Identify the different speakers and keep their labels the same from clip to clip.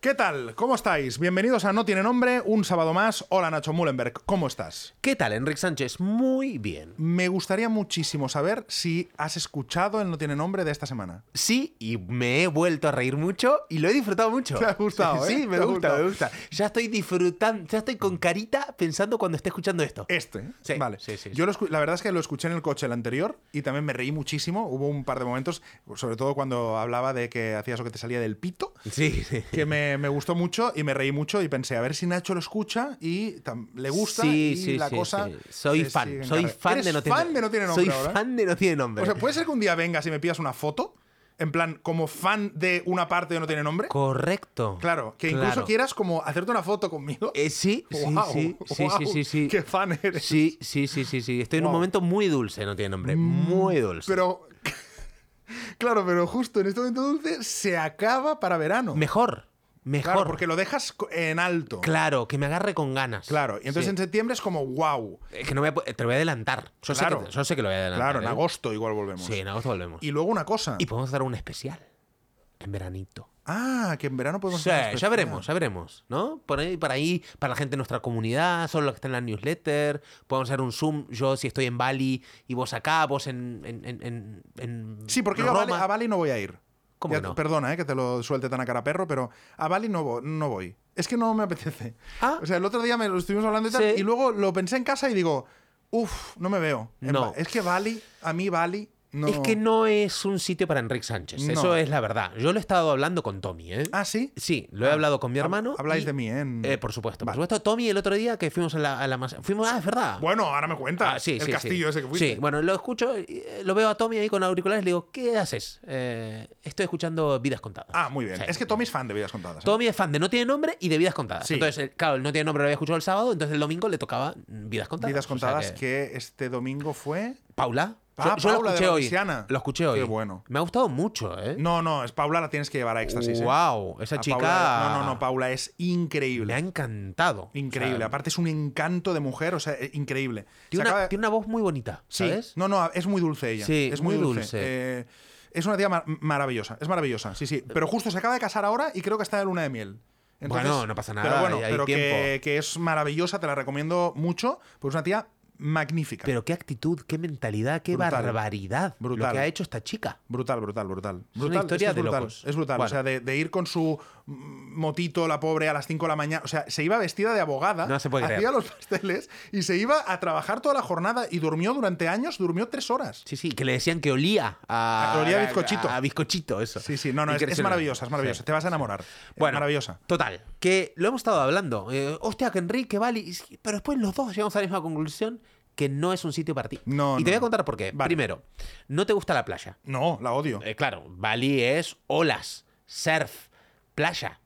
Speaker 1: ¿Qué tal? ¿Cómo estáis? Bienvenidos a No Tiene Nombre, un sábado más. Hola Nacho Mullenberg, ¿cómo estás?
Speaker 2: ¿Qué tal, Enrique Sánchez? Muy bien.
Speaker 1: Me gustaría muchísimo saber si has escuchado el No Tiene Nombre de esta semana.
Speaker 2: Sí, y me he vuelto a reír mucho y lo he disfrutado mucho.
Speaker 1: Te ha gustado,
Speaker 2: Sí,
Speaker 1: ¿eh?
Speaker 2: me
Speaker 1: Te ha
Speaker 2: gusta,
Speaker 1: gustado.
Speaker 2: me gusta. Ya estoy disfrutando, ya estoy con carita pensando cuando esté escuchando esto.
Speaker 1: Este,
Speaker 2: Sí,
Speaker 1: vale.
Speaker 2: sí, sí, sí.
Speaker 1: Yo lo escu- la verdad es que lo escuché en el coche el anterior y también me reí muchísimo. Hubo un par de momentos, sobre todo cuando hablaba de que hacías lo que te salía del pito.
Speaker 2: Sí, sí.
Speaker 1: que me, me gustó mucho y me reí mucho y pensé, a ver si Nacho lo escucha y tam- le gusta
Speaker 2: Sí,
Speaker 1: y
Speaker 2: sí,
Speaker 1: la
Speaker 2: sí,
Speaker 1: cosa...
Speaker 2: sí. Soy
Speaker 1: se sigue
Speaker 2: fan,
Speaker 1: en
Speaker 2: soy
Speaker 1: carrera.
Speaker 2: fan
Speaker 1: ¿Eres
Speaker 2: de no tiene
Speaker 1: fan de No Tiene Nombre
Speaker 2: Soy
Speaker 1: ahora?
Speaker 2: fan de no tiene nombre.
Speaker 1: O sea, ¿puede ser que un día vengas y me pidas una foto? En plan, como fan de una parte de No Tiene Nombre.
Speaker 2: Correcto.
Speaker 1: claro, que incluso
Speaker 2: Claro.
Speaker 1: quieras como hacerte una foto conmigo.
Speaker 2: Eh, sí, sí,
Speaker 1: Guau,
Speaker 2: sí, sí,
Speaker 1: guau,
Speaker 2: sí, sí, sí.
Speaker 1: Qué fan eres.
Speaker 2: Sí, sí, sí, sí, sí. Estoy en un
Speaker 1: Wow.
Speaker 2: momento muy dulce, no tiene nombre. Muy dulce.
Speaker 1: Mm, Pero... Claro, pero justo en este momento dulce se acaba para verano.
Speaker 2: Mejor, mejor.
Speaker 1: Claro, porque lo dejas co- en alto.
Speaker 2: Claro, que me agarre con ganas.
Speaker 1: Claro, y entonces
Speaker 2: Sí.
Speaker 1: en septiembre es como wow.
Speaker 2: Es que no voy a po- eh, te lo voy a adelantar. Yo,
Speaker 1: Claro.
Speaker 2: sé, que, yo sé que lo voy a adelantar.
Speaker 1: Claro, en
Speaker 2: ¿eh?
Speaker 1: agosto igual volvemos.
Speaker 2: Sí, en agosto volvemos. Y,
Speaker 1: Y luego una cosa.
Speaker 2: podemos hacer un especial. En veranito.
Speaker 1: Ah, que en verano podemos
Speaker 2: Sí,
Speaker 1: hacer una
Speaker 2: ya
Speaker 1: especial.
Speaker 2: veremos, ya veremos, ¿no? Por ahí, para ahí, para la gente de nuestra comunidad, solo los que están en la newsletter, podemos hacer un Zoom, yo si estoy en Bali y vos acá, vos en, en, en- en- en
Speaker 1: Sí, porque yo a
Speaker 2: Roma.
Speaker 1: Bali, a Bali no voy a ir.
Speaker 2: ¿Cómo
Speaker 1: Ya-
Speaker 2: que no?
Speaker 1: Perdona, eh, que te lo suelte tan a cara perro, pero a Bali no, vo- no voy. Es que no me apetece.
Speaker 2: Ah.
Speaker 1: O sea, el otro día me lo estuvimos hablando y tal,
Speaker 2: Sí.
Speaker 1: y luego lo pensé en casa y digo, uff, no me veo. En
Speaker 2: No.
Speaker 1: Ba- Es que Bali, a mí Bali, no.
Speaker 2: Es que no es un sitio para Enrique Sánchez,
Speaker 1: No.
Speaker 2: eso es la verdad. Yo lo he estado hablando con Tommy, ¿eh?
Speaker 1: Ah, sí.
Speaker 2: Sí, lo he hablado con mi hermano.
Speaker 1: habláis
Speaker 2: y-
Speaker 1: de mí, ¿eh? En-
Speaker 2: Eh, por supuesto.
Speaker 1: Vale.
Speaker 2: Por supuesto, Tommy el otro día que fuimos a la, a la masa- Fuimos, ah, es verdad.
Speaker 1: Bueno, ahora me cuentas.
Speaker 2: Ah, sí,
Speaker 1: el
Speaker 2: sí, sí.
Speaker 1: castillo ese que fuiste.
Speaker 2: Sí, bueno, lo escucho, y, eh, lo veo a Tommy ahí con auriculares y le digo, ¿qué haces? Eh, estoy escuchando Vidas Contadas.
Speaker 1: Ah, muy bien.
Speaker 2: Sí.
Speaker 1: Es que Tommy es fan de vidas contadas. ¿eh?
Speaker 2: Tommy es fan de No Tiene Nombre y de Vidas Contadas.
Speaker 1: Sí.
Speaker 2: Entonces, eh, claro, el No Tiene Nombre lo había escuchado el sábado, entonces el domingo le tocaba mm, Vidas Contadas.
Speaker 1: Vidas
Speaker 2: O sea
Speaker 1: contadas que este domingo fue.
Speaker 2: Paula.
Speaker 1: Ah,
Speaker 2: yo, yo
Speaker 1: Paula de
Speaker 2: lo escuché
Speaker 1: la
Speaker 2: hoy.
Speaker 1: Luisiana.
Speaker 2: Lo escuché hoy.
Speaker 1: Qué bueno. Mm,
Speaker 2: Me ha gustado mucho, ¿eh?
Speaker 1: No, no, es Paula, la tienes que llevar a éxtasis. ¿eh?
Speaker 2: wow, esa
Speaker 1: A
Speaker 2: chica.
Speaker 1: Paula- no, no, no, Paula es
Speaker 2: Me
Speaker 1: increíble.
Speaker 2: ha encantado.
Speaker 1: Increíble.
Speaker 2: O sea,
Speaker 1: Aparte es un encanto de mujer, o sea, eh, increíble. Se
Speaker 2: tiene, una,
Speaker 1: acaba-
Speaker 2: tiene una voz muy bonita,
Speaker 1: Sí.
Speaker 2: ¿sabes?
Speaker 1: No, no, es muy dulce ella.
Speaker 2: Sí,
Speaker 1: es muy,
Speaker 2: muy
Speaker 1: dulce.
Speaker 2: dulce.
Speaker 1: Eh, es una tía mar- maravillosa, es maravillosa, sí, sí. Pero justo se acaba de casar ahora y creo que está de luna de miel.
Speaker 2: Bueno, no pasa nada,
Speaker 1: Pero bueno,
Speaker 2: hay- hay
Speaker 1: pero que,
Speaker 2: tiempo.
Speaker 1: que es maravillosa, te la recomiendo mucho, porque es una tía magnífica.
Speaker 2: Pero qué actitud, qué mentalidad, qué
Speaker 1: Brutal.
Speaker 2: barbaridad
Speaker 1: Brutal.
Speaker 2: lo que ha hecho esta chica.
Speaker 1: Brutal, brutal, brutal. brutal.
Speaker 2: una
Speaker 1: que
Speaker 2: historia de
Speaker 1: brutal.
Speaker 2: locos.
Speaker 1: Es brutal. O
Speaker 2: Bueno.
Speaker 1: sea, de, de ir con su mm, motito, la pobre, a las 5 de la mañana. O sea, se iba vestida de abogada.
Speaker 2: No se puede
Speaker 1: Hacía
Speaker 2: creer.
Speaker 1: los pasteles y se iba a trabajar toda la jornada y durmió durante años, durmió tres horas.
Speaker 2: Sí, sí, que le decían que olía a.
Speaker 1: A que olía a bizcochito.
Speaker 2: A, a bizcochito, eso.
Speaker 1: Sí, sí, no, no, es, es
Speaker 2: Increíble.
Speaker 1: maravillosa, es maravillosa.
Speaker 2: Sí.
Speaker 1: Te vas a enamorar. Es
Speaker 2: Bueno,
Speaker 1: maravillosa.
Speaker 2: Total, que lo hemos estado hablando. Eh, hostia, que Enrique, vale. y sí, Pero después los dos llegamos a la misma conclusión que no es un sitio para ti.
Speaker 1: No,
Speaker 2: y te
Speaker 1: no.
Speaker 2: voy a contar por qué.
Speaker 1: Vale.
Speaker 2: Primero, no te gusta la playa.
Speaker 1: No, la odio.
Speaker 2: Eh, claro, Bali es olas, surf, playa,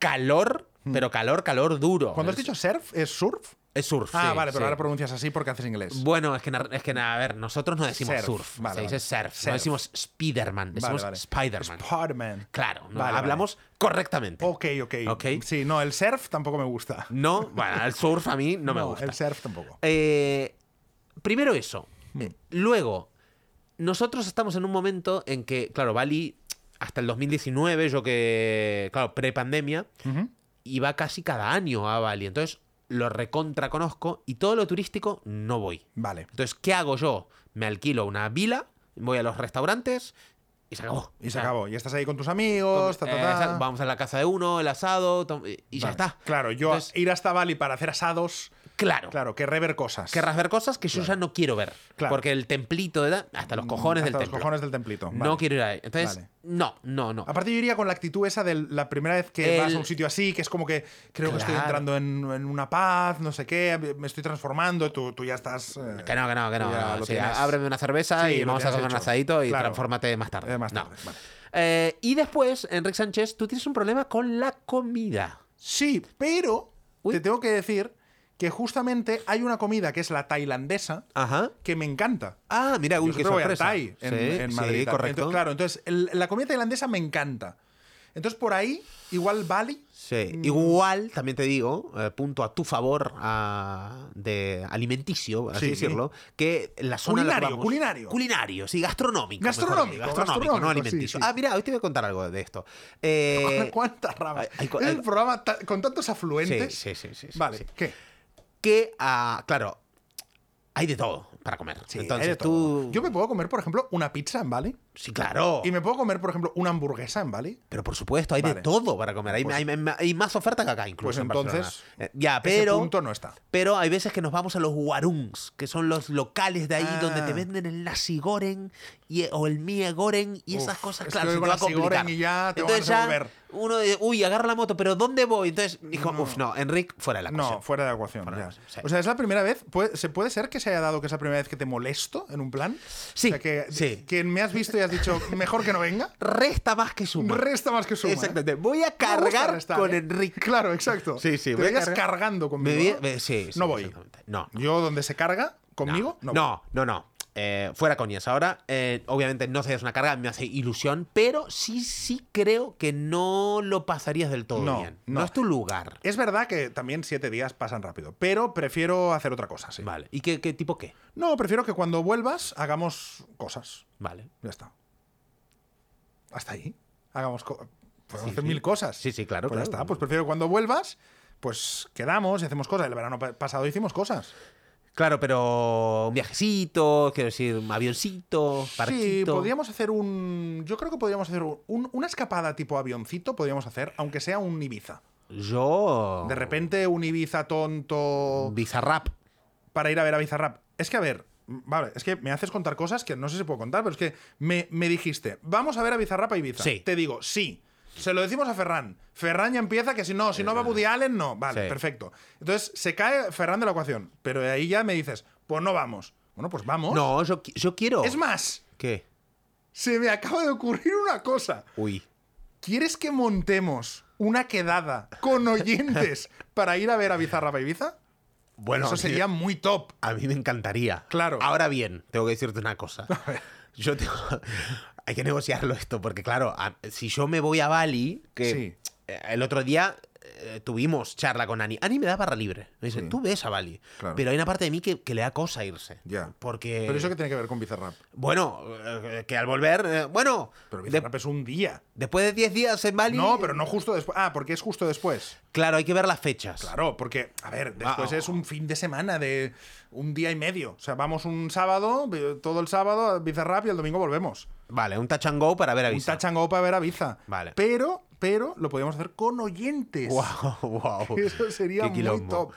Speaker 2: calor, pero calor, calor duro.
Speaker 1: Cuando has
Speaker 2: Es-
Speaker 1: dicho surf, ¿es surf?
Speaker 2: Es surf.
Speaker 1: Ah,
Speaker 2: sí,
Speaker 1: vale, pero
Speaker 2: sí.
Speaker 1: ahora pronuncias así porque haces inglés.
Speaker 2: Bueno, es que, na- es que na- a ver, nosotros no decimos
Speaker 1: Surf,
Speaker 2: surf,
Speaker 1: vale,
Speaker 2: se
Speaker 1: vale.
Speaker 2: dice surf,
Speaker 1: Surf.
Speaker 2: no decimos Spiderman, decimos
Speaker 1: vale.
Speaker 2: Spiderman.
Speaker 1: Spider-Man.
Speaker 2: claro, no,
Speaker 1: Vale, vale. Oh.
Speaker 2: hablamos correctamente.
Speaker 1: Ok, ok.
Speaker 2: Ok.
Speaker 1: Sí, no, el surf tampoco me gusta.
Speaker 2: No, bueno, el surf a mí no me gusta.
Speaker 1: El surf tampoco.
Speaker 2: Eh, primero eso. Eh, Luego, nosotros estamos en un momento en que, claro, Bali, hasta el 2019, yo que, claro, pre-pandemia, iba casi cada año a Bali. Entonces, lo recontra conozco y todo lo turístico no voy.
Speaker 1: Vale.
Speaker 2: Entonces, ¿qué hago yo? Me alquilo una vila, voy a los restaurantes y se acabó.
Speaker 1: Y
Speaker 2: O
Speaker 1: se
Speaker 2: sea,
Speaker 1: acabó. Y estás ahí con tus amigos, ta, ta,
Speaker 2: Ah. eh,
Speaker 1: ta.
Speaker 2: exacto, vamos a la casa de uno, el asado, tom- y y ya
Speaker 1: Vale.
Speaker 2: está.
Speaker 1: Claro, yo
Speaker 2: Entonces,
Speaker 1: ir hasta Bali para hacer asados,
Speaker 2: claro.
Speaker 1: claro, que rever cosas.
Speaker 2: Querrás ver cosas que yo ya no quiero ver.
Speaker 1: Claro. Mm,
Speaker 2: Porque el templito, de edad, hasta los cojones
Speaker 1: Hasta
Speaker 2: del
Speaker 1: los
Speaker 2: templo.
Speaker 1: cojones del templito.
Speaker 2: No
Speaker 1: vale.
Speaker 2: quiero ir ahí. Entonces,
Speaker 1: Vale. Ah,
Speaker 2: no, no, no.
Speaker 1: Aparte yo iría con la actitud esa de la primera vez que vas
Speaker 2: El-
Speaker 1: a un sitio así, que es como que creo que estoy
Speaker 2: Claro.
Speaker 1: entrando en, en una paz, no sé qué, me estoy transformando, tú, tú ya estás... eh,
Speaker 2: Que no, que no, que no.
Speaker 1: Ya
Speaker 2: no.
Speaker 1: lo
Speaker 2: Sí,
Speaker 1: tienes.
Speaker 2: ábreme una cerveza
Speaker 1: Sí,
Speaker 2: y
Speaker 1: lo
Speaker 2: vamos a
Speaker 1: tienes
Speaker 2: comer un
Speaker 1: hecho.
Speaker 2: asadito y
Speaker 1: Claro.
Speaker 2: transfórmate más tarde.
Speaker 1: Eh, más
Speaker 2: No.
Speaker 1: tarde, vale.
Speaker 2: Eh, y después, Enrique Sánchez, tú tienes un problema con la comida.
Speaker 1: Sí, pero
Speaker 2: Uy.
Speaker 1: te tengo que decir que justamente hay una comida que es la tailandesa
Speaker 2: Ajá.
Speaker 1: que me encanta.
Speaker 2: Ah, mira, uy,
Speaker 1: Yo
Speaker 2: qué
Speaker 1: siempre voy a
Speaker 2: sorpresa.
Speaker 1: Thai en,
Speaker 2: Sí,
Speaker 1: en Madrid.
Speaker 2: sí,
Speaker 1: tal.
Speaker 2: correcto.
Speaker 1: Entonces, claro, entonces el- la comida tailandesa me encanta. Entonces por ahí, igual Bali.
Speaker 2: Sí.
Speaker 1: mm.
Speaker 2: Igual, también te digo, eh, punto a tu favor a- de alimenticio, así
Speaker 1: Sí.
Speaker 2: decirlo, que la zona a la que
Speaker 1: Culinario,
Speaker 2: vamos-
Speaker 1: culinario.
Speaker 2: culinario, sí, gastronómico.
Speaker 1: Gastronómico,
Speaker 2: mejor dicho, gastronómico, no
Speaker 1: gastronómico, sí,
Speaker 2: alimenticio.
Speaker 1: sí.
Speaker 2: Ah, mira, hoy te voy a contar algo de esto. Eh,
Speaker 1: ¿Cuántas ramas?
Speaker 2: hay- hay-
Speaker 1: es
Speaker 2: hay-
Speaker 1: el programa ta- con tantos afluentes.
Speaker 2: Eh, Sí, sí, sí, sí, sí,
Speaker 1: vale,
Speaker 2: sí.
Speaker 1: ¿qué?
Speaker 2: Que, ah, claro, hay de todo para comer.
Speaker 1: Sí,
Speaker 2: Entonces
Speaker 1: hay de todo.
Speaker 2: tú.
Speaker 1: Yo me puedo comer, por ejemplo, una pizza en Bali.
Speaker 2: Sí, claro.
Speaker 1: Y me puedo comer, por ejemplo, una hamburguesa en Bali.
Speaker 2: Pero por supuesto, hay de
Speaker 1: Vale.
Speaker 2: todo para comer. Hay,
Speaker 1: Pues-
Speaker 2: hay- hay- hay más oferta que acá, incluso.
Speaker 1: Pues
Speaker 2: en
Speaker 1: entonces,
Speaker 2: Barcelona. Eh, ya,
Speaker 1: Ese
Speaker 2: pero.
Speaker 1: punto no está.
Speaker 2: Pero hay veces que nos vamos a los warungs, que son los locales de ahí
Speaker 1: Ah.
Speaker 2: donde te venden el nasigoren y, o el miegoren y esas
Speaker 1: Uf,
Speaker 2: cosas,
Speaker 1: es
Speaker 2: claro,
Speaker 1: que
Speaker 2: se te
Speaker 1: voy
Speaker 2: va a
Speaker 1: con nasigoren
Speaker 2: complicar.
Speaker 1: y ya te van a
Speaker 2: Entonces ya
Speaker 1: devolver.
Speaker 2: uno de, uy, agarra la moto, pero ¿dónde voy? Entonces dijo,
Speaker 1: No.
Speaker 2: uff, no, Enric, fuera de la cosa.
Speaker 1: No, fuera de la ecuación.
Speaker 2: Fuera de la
Speaker 1: ya.
Speaker 2: ecuación, sí.
Speaker 1: O sea, es la primera vez. puede- ¿Se puede ser que se haya dado que es la primera vez que te molesto en un plan?
Speaker 2: Sí,
Speaker 1: O sea, que,
Speaker 2: sí.
Speaker 1: que me has visto y has dicho, mejor que no venga.
Speaker 2: Resta más que suma.
Speaker 1: Resta más que suma. ¿eh?
Speaker 2: Exactamente. Voy
Speaker 1: Me
Speaker 2: a
Speaker 1: gusta
Speaker 2: cargar
Speaker 1: restar,
Speaker 2: con
Speaker 1: ¿eh?
Speaker 2: Enric.
Speaker 1: Claro, exacto.
Speaker 2: Sí, sí,
Speaker 1: Te
Speaker 2: voy a
Speaker 1: vengas
Speaker 2: cargar-
Speaker 1: cargando
Speaker 2: Me
Speaker 1: conmigo.
Speaker 2: vi- me- sí, sí,
Speaker 1: no voy.
Speaker 2: exactamente. No.
Speaker 1: Yo donde se carga conmigo, no.
Speaker 2: No, no, no. no. Eh, fuera coñas. Ahora, eh, obviamente no serías una carga, me hace ilusión, pero sí, sí creo que no lo pasarías del todo
Speaker 1: No,
Speaker 2: bien. No.
Speaker 1: no.
Speaker 2: es tu lugar.
Speaker 1: Es verdad que también siete días pasan rápido, pero prefiero hacer otra cosa, sí.
Speaker 2: Vale. ¿Y qué, qué tipo qué?
Speaker 1: No, prefiero que cuando vuelvas hagamos cosas.
Speaker 2: Vale.
Speaker 1: Ya está. Hasta ahí. Hagamos co- Podemos
Speaker 2: Sí,
Speaker 1: hacer
Speaker 2: sí.
Speaker 1: mil cosas.
Speaker 2: Sí, sí, claro,
Speaker 1: Pues ya
Speaker 2: claro.
Speaker 1: está. Pues prefiero que cuando vuelvas, pues quedamos y hacemos cosas. El verano pa- pasado hicimos cosas.
Speaker 2: Claro, pero un viajecito, quiero decir, un avioncito, parquito.
Speaker 1: Sí, podríamos hacer un. Yo creo que podríamos hacer un- un- una escapada tipo avioncito, podríamos hacer, aunque sea un Ibiza.
Speaker 2: Yo.
Speaker 1: De repente un Ibiza tonto
Speaker 2: Bizarrap.
Speaker 1: para ir a ver a Bizarrap. Es que, a ver, m- vale, es que me haces contar cosas que no sé si puedo contar, pero es que me, me dijiste, vamos a ver a Bizarrap a Ibiza.
Speaker 2: Sí.
Speaker 1: Te digo, sí. Se lo decimos a Ferran. Ferran ya empieza que si no, si no va Woody Allen, no. Vale,
Speaker 2: Sí.
Speaker 1: perfecto. Entonces se cae Ferran de la ecuación, pero de ahí ya me dices, pues no vamos. Bueno, pues vamos.
Speaker 2: No, yo, qui- yo quiero.
Speaker 1: Es más,
Speaker 2: ¿Qué?
Speaker 1: se me acaba de ocurrir una cosa.
Speaker 2: Uy.
Speaker 1: ¿Quieres que montemos una quedada con oyentes para ir a ver a Bizarrap a Ibiza?
Speaker 2: Bueno,
Speaker 1: Eso sería muy top.
Speaker 2: A mí me encantaría.
Speaker 1: Claro.
Speaker 2: Ahora bien, tengo que decirte una cosa. Yo tengo. Hay que negociarlo esto, porque claro, a- si yo me voy a Bali, que
Speaker 1: Sí.
Speaker 2: eh, el otro día eh, tuvimos charla con Ani. Ani me da barra libre. Me dice, tú ves a Bali.
Speaker 1: Claro.
Speaker 2: Pero hay una parte de mí que, que le da cosa irse.
Speaker 1: Ya.
Speaker 2: Porque.
Speaker 1: ¿Pero eso qué tiene que ver con Bizarrap?
Speaker 2: Bueno, eh, que al volver. eh, bueno,
Speaker 1: Pero
Speaker 2: de-
Speaker 1: Bizarrap es un día.
Speaker 2: después de 10 días en Bali.
Speaker 1: No, pero no justo después. Ah, porque es justo después.
Speaker 2: Claro, hay que ver las fechas.
Speaker 1: Claro, porque, a ver, después
Speaker 2: Wow.
Speaker 1: es un fin de semana de un día y medio. O sea, vamos un sábado, vi- todo el sábado a Bizarrap y el domingo volvemos.
Speaker 2: Vale, un touch and go para ver a
Speaker 1: Un
Speaker 2: Ibiza.
Speaker 1: tachango para ver a Ibiza.
Speaker 2: Vale.
Speaker 1: Pero, pero lo podemos hacer con oyentes.
Speaker 2: Wow, wow.
Speaker 1: Eso sería
Speaker 2: Qué
Speaker 1: muy
Speaker 2: quilombo.
Speaker 1: top.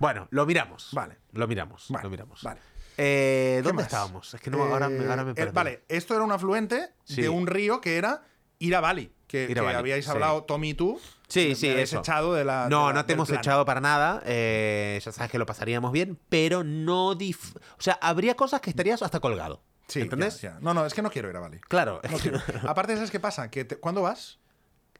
Speaker 2: Bueno, lo miramos.
Speaker 1: Vale.
Speaker 2: Lo miramos.
Speaker 1: Vale,
Speaker 2: Lo miramos.
Speaker 1: vale.
Speaker 2: Eh,
Speaker 1: ¿Qué
Speaker 2: ¿Dónde
Speaker 1: más?
Speaker 2: estábamos? Es que no, ahora, me-
Speaker 1: Eh,
Speaker 2: ahora me
Speaker 1: eh,
Speaker 2: perdí.
Speaker 1: Vale, esto era un afluente
Speaker 2: Sí.
Speaker 1: de un río que era ir a Bali, que,
Speaker 2: Ir a
Speaker 1: que
Speaker 2: Bali,
Speaker 1: habíais
Speaker 2: sí.
Speaker 1: hablado Tommy y tú.
Speaker 2: Sí,
Speaker 1: Me
Speaker 2: sí,
Speaker 1: habéis
Speaker 2: eso.
Speaker 1: echado de la. de
Speaker 2: No,
Speaker 1: la-
Speaker 2: no te
Speaker 1: del
Speaker 2: hemos
Speaker 1: plan.
Speaker 2: echado para nada. eh, ya sabes que lo pasaríamos bien, pero no. dif- O sea, habría cosas que estarías hasta colgado.
Speaker 1: Sí,
Speaker 2: ¿Entendés?
Speaker 1: ya, ya. No, no, es que no quiero ir a Bali.
Speaker 2: Claro.
Speaker 1: No quiero. Aparte, ¿sabes qué pasa? Que te- ¿Cuándo vas?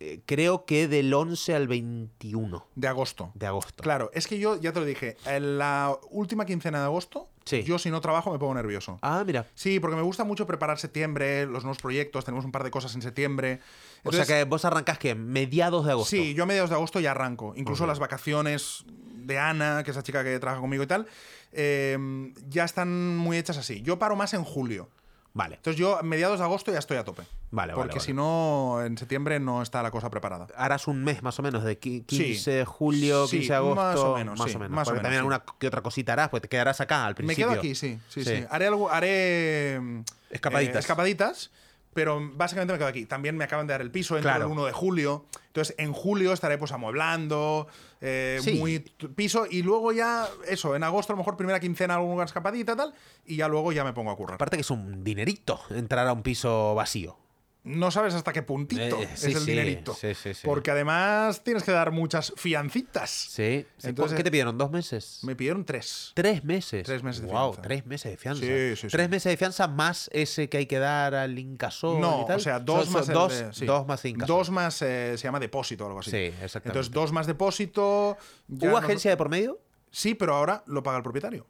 Speaker 2: Eh, Creo que del 11 al 21
Speaker 1: De agosto.
Speaker 2: de agosto.
Speaker 1: Claro, es que yo ya te lo dije, en la última quincena de agosto,
Speaker 2: Sí.
Speaker 1: yo si no trabajo me pongo nervioso.
Speaker 2: Ah, mira.
Speaker 1: Sí, porque me gusta mucho preparar septiembre, los nuevos proyectos, tenemos un par de cosas en septiembre.
Speaker 2: O
Speaker 1: Entonces,
Speaker 2: sea que vos arrancás que mediados de agosto.
Speaker 1: Sí, yo a mediados de agosto ya arranco. Incluso las vacaciones de Ana, que es la chica que trabaja conmigo y tal, eh, ya están muy hechas así. Yo paro más en julio.
Speaker 2: Vale.
Speaker 1: Entonces yo a mediados de agosto ya estoy a tope.
Speaker 2: Vale, vale,
Speaker 1: Porque
Speaker 2: vale.
Speaker 1: si no, en septiembre no está la cosa preparada.
Speaker 2: harás un mes más o menos, de
Speaker 1: Sí.
Speaker 2: qui- 15 de julio,
Speaker 1: Sí,
Speaker 2: 15 de agosto.
Speaker 1: más o menos,
Speaker 2: Más
Speaker 1: sí,
Speaker 2: o menos.
Speaker 1: más o
Speaker 2: Porque
Speaker 1: menos,
Speaker 2: también
Speaker 1: sí.
Speaker 2: alguna que otra cosita harás, pues te quedarás acá al
Speaker 1: Me
Speaker 2: principio.
Speaker 1: quedo aquí, sí. Sí, sí.
Speaker 2: Sí.
Speaker 1: Haré algo, haré mm,
Speaker 2: Escapaditas.
Speaker 1: eh, escapaditas, pero básicamente me quedo aquí. También me acaban de dar el piso, entro
Speaker 2: Claro.
Speaker 1: el 1 de julio. Entonces, en julio estaré pues amueblando, eh,
Speaker 2: Sí.
Speaker 1: muy t- piso, y luego ya, eso, en agosto a lo mejor primera quincena alguna escapadita tal, y ya luego ya me pongo a currar.
Speaker 2: Aparte que es un dinerito entrar a un piso vacío.
Speaker 1: No sabes hasta qué puntito
Speaker 2: Eh, sí,
Speaker 1: es el
Speaker 2: sí,
Speaker 1: dinerito.
Speaker 2: sí, sí, sí.
Speaker 1: Porque además tienes que dar muchas fiancitas.
Speaker 2: Sí. sí.
Speaker 1: Entonces-
Speaker 2: ¿Qué te pidieron? ¿Dos meses?
Speaker 1: Me pidieron tres.
Speaker 2: Tres meses.
Speaker 1: Tres meses de
Speaker 2: wow,
Speaker 1: fianza.
Speaker 2: tres meses de fianza.
Speaker 1: Sí, sí, sí.
Speaker 2: Tres meses de fianza más ese que hay que dar al incasol.
Speaker 1: No,
Speaker 2: y tal.
Speaker 1: o sea, dos
Speaker 2: Son-
Speaker 1: más
Speaker 2: son
Speaker 1: el
Speaker 2: dos,
Speaker 1: de- sí.
Speaker 2: dos más incasol.
Speaker 1: Dos más eh, se llama depósito o algo así.
Speaker 2: Sí, exactamente.
Speaker 1: Entonces, dos más depósito. ya
Speaker 2: ¿Hubo
Speaker 1: nos-
Speaker 2: agencia de por medio?
Speaker 1: Sí, pero ahora lo paga el propietario.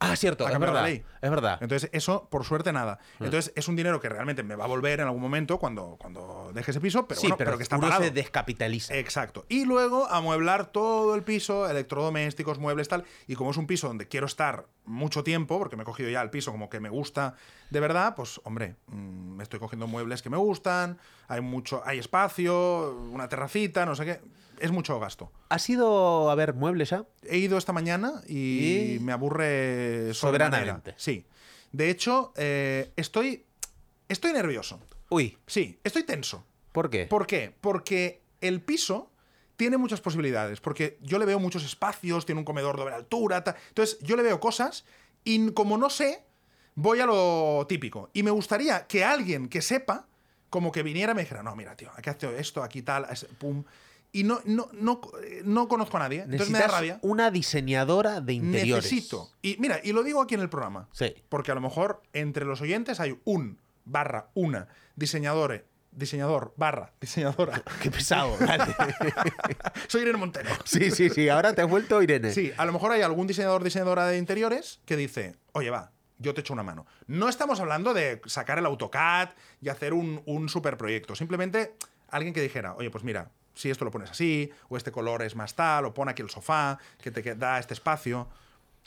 Speaker 2: Ah, cierto, es
Speaker 1: acatar la
Speaker 2: verdad.
Speaker 1: ley.
Speaker 2: Es verdad.
Speaker 1: Entonces, eso, por suerte, nada.
Speaker 2: Mm.
Speaker 1: Entonces, es un dinero que realmente me va a volver en algún momento cuando, cuando deje ese piso, pero,
Speaker 2: sí,
Speaker 1: bueno,
Speaker 2: pero,
Speaker 1: pero que está
Speaker 2: uno
Speaker 1: pagado. Eh.
Speaker 2: se descapitaliza.
Speaker 1: Exacto. Y luego amueblar todo el piso, electrodomésticos, muebles, tal. Y como es un piso donde quiero estar mucho tiempo, porque me he cogido ya el piso como que me gusta de verdad, pues hombre, mm, me estoy cogiendo muebles que me gustan, hay mucho, hay espacio, una terracita, no sé qué. Es mucho gasto.
Speaker 2: ¿Has ido a ver muebles ya?
Speaker 1: He ido esta mañana y,
Speaker 2: Y-
Speaker 1: me aburre
Speaker 2: Soberanamente.
Speaker 1: soberanamente. Sí. De hecho, eh, estoy, estoy nervioso.
Speaker 2: Uy,
Speaker 1: Sí, estoy tenso.
Speaker 2: ¿por qué?
Speaker 1: ¿Por qué? Porque el piso tiene muchas posibilidades, porque yo le veo muchos espacios, tiene un comedor doble altura, ta- entonces yo le veo cosas y n- como no sé, voy a lo típico. Y me gustaría que alguien que sepa, como que viniera y me dijera, no, mira, tío, aquí hace esto, aquí tal, es- pum. Y no, no, no, eh, no conozco a nadie, entonces me da
Speaker 2: Necesitas
Speaker 1: rabia.
Speaker 2: una diseñadora de interiores.
Speaker 1: Necesito. Y mira, y lo digo aquí en el programa.
Speaker 2: Sí.
Speaker 1: Porque a lo mejor entre los oyentes hay un barra una diseñador, diseñador barra diseñadora.
Speaker 2: Qué pesado, dale.
Speaker 1: Soy Irene Montero.
Speaker 2: sí, sí, sí. Ahora te has vuelto Irene.
Speaker 1: Sí, a lo mejor hay algún diseñador diseñadora de interiores que dice, oye, va, yo te echo una mano. No estamos hablando de sacar el AutoCAD y hacer un, un superproyecto. Simplemente alguien que dijera, oye, pues mira, si esto lo pones así, o este color es más tal, o pon aquí el sofá, que te que- da este espacio.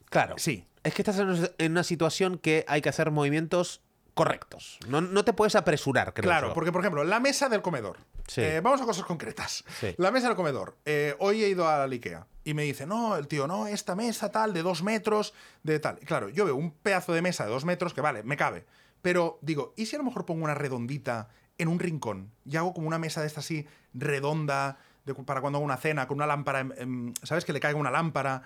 Speaker 2: Claro.
Speaker 1: Sí.
Speaker 2: Es que estás en una- en una situación que hay que hacer movimientos correctos. No, no te puedes apresurar, creo
Speaker 1: Claro,
Speaker 2: yo.
Speaker 1: porque por ejemplo, la mesa del comedor.
Speaker 2: Sí.
Speaker 1: Eh, vamos a cosas concretas.
Speaker 2: Sí.
Speaker 1: La mesa del comedor. Eh, hoy he ido al IKEA y me dice, no, el tío, no, esta mesa tal, de dos metros, de tal. Y claro, yo veo un pedazo de mesa de dos metros que vale, me cabe. Pero digo, ¿y si a lo mejor pongo una redondita en un rincón y hago como una mesa de esta así redonda de cu- para cuando hago una cena con una lámpara, em, em, ¿sabes? Que le caiga una lámpara.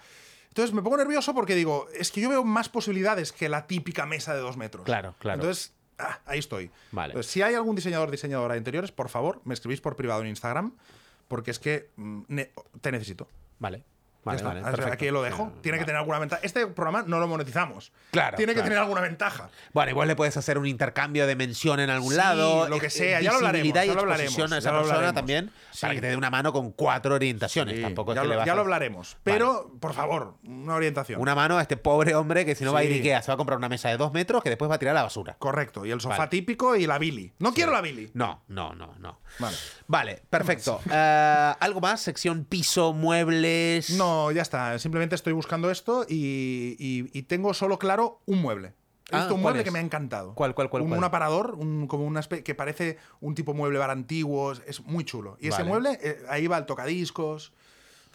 Speaker 1: Entonces me pongo nervioso porque digo, es que yo veo más posibilidades que la típica mesa de dos metros.
Speaker 2: Claro, claro.
Speaker 1: Entonces, ah, ahí estoy.
Speaker 2: Vale.
Speaker 1: Entonces, si hay algún diseñador diseñadora de interiores, por favor, me escribís por privado en Instagram, porque es que mm, ne- te necesito.
Speaker 2: Vale.
Speaker 1: Ya
Speaker 2: Vale,
Speaker 1: está.
Speaker 2: vale,
Speaker 1: O sea,
Speaker 2: perfecto.
Speaker 1: Aquí lo dejo.
Speaker 2: Eh,
Speaker 1: Tiene que
Speaker 2: vale.
Speaker 1: tener alguna ventaja. Este programa no lo monetizamos.
Speaker 2: Claro,
Speaker 1: Tiene
Speaker 2: claro.
Speaker 1: que tener alguna ventaja.
Speaker 2: Bueno, igual le puedes hacer un intercambio de mención en algún
Speaker 1: Sí,
Speaker 2: lado.
Speaker 1: lo que
Speaker 2: ex-
Speaker 1: sea, ya lo hablaremos,
Speaker 2: visibilidad y
Speaker 1: ya lo hablaremos,
Speaker 2: exposición a
Speaker 1: ya
Speaker 2: esa
Speaker 1: lo
Speaker 2: persona
Speaker 1: hablaremos.
Speaker 2: también
Speaker 1: Sí.
Speaker 2: para que te dé una mano con cuatro orientaciones.
Speaker 1: Sí,
Speaker 2: Tampoco es
Speaker 1: ya
Speaker 2: que
Speaker 1: lo,
Speaker 2: le vas
Speaker 1: ya
Speaker 2: a-
Speaker 1: lo hablaremos. Pero, por favor, una orientación.
Speaker 2: Una mano a este pobre hombre que si no va a ir
Speaker 1: Sí.
Speaker 2: Ikea se va a comprar una mesa de dos metros que después va a tirar a la basura.
Speaker 1: Correcto. Y el sofá
Speaker 2: Vale.
Speaker 1: típico y la Billy. No quiero la Billy.
Speaker 2: No, no, no, no.
Speaker 1: Vale.
Speaker 2: Vale, perfecto. Eh, ¿Algo más? Sección piso, muebles.
Speaker 1: No, ya está. Simplemente estoy buscando esto y, y- y tengo solo claro un mueble. He
Speaker 2: Ah,
Speaker 1: visto un
Speaker 2: ¿cuál
Speaker 1: mueble que
Speaker 2: es?
Speaker 1: me ha encantado.
Speaker 2: ¿Cuál, cuál, cuál,
Speaker 1: Un,
Speaker 2: cuál?
Speaker 1: un aparador, un- como una espe- que parece un tipo mueble bar antiguo. es- Es muy chulo. Y ese
Speaker 2: Vale.
Speaker 1: mueble, eh, ahí va el tocadiscos,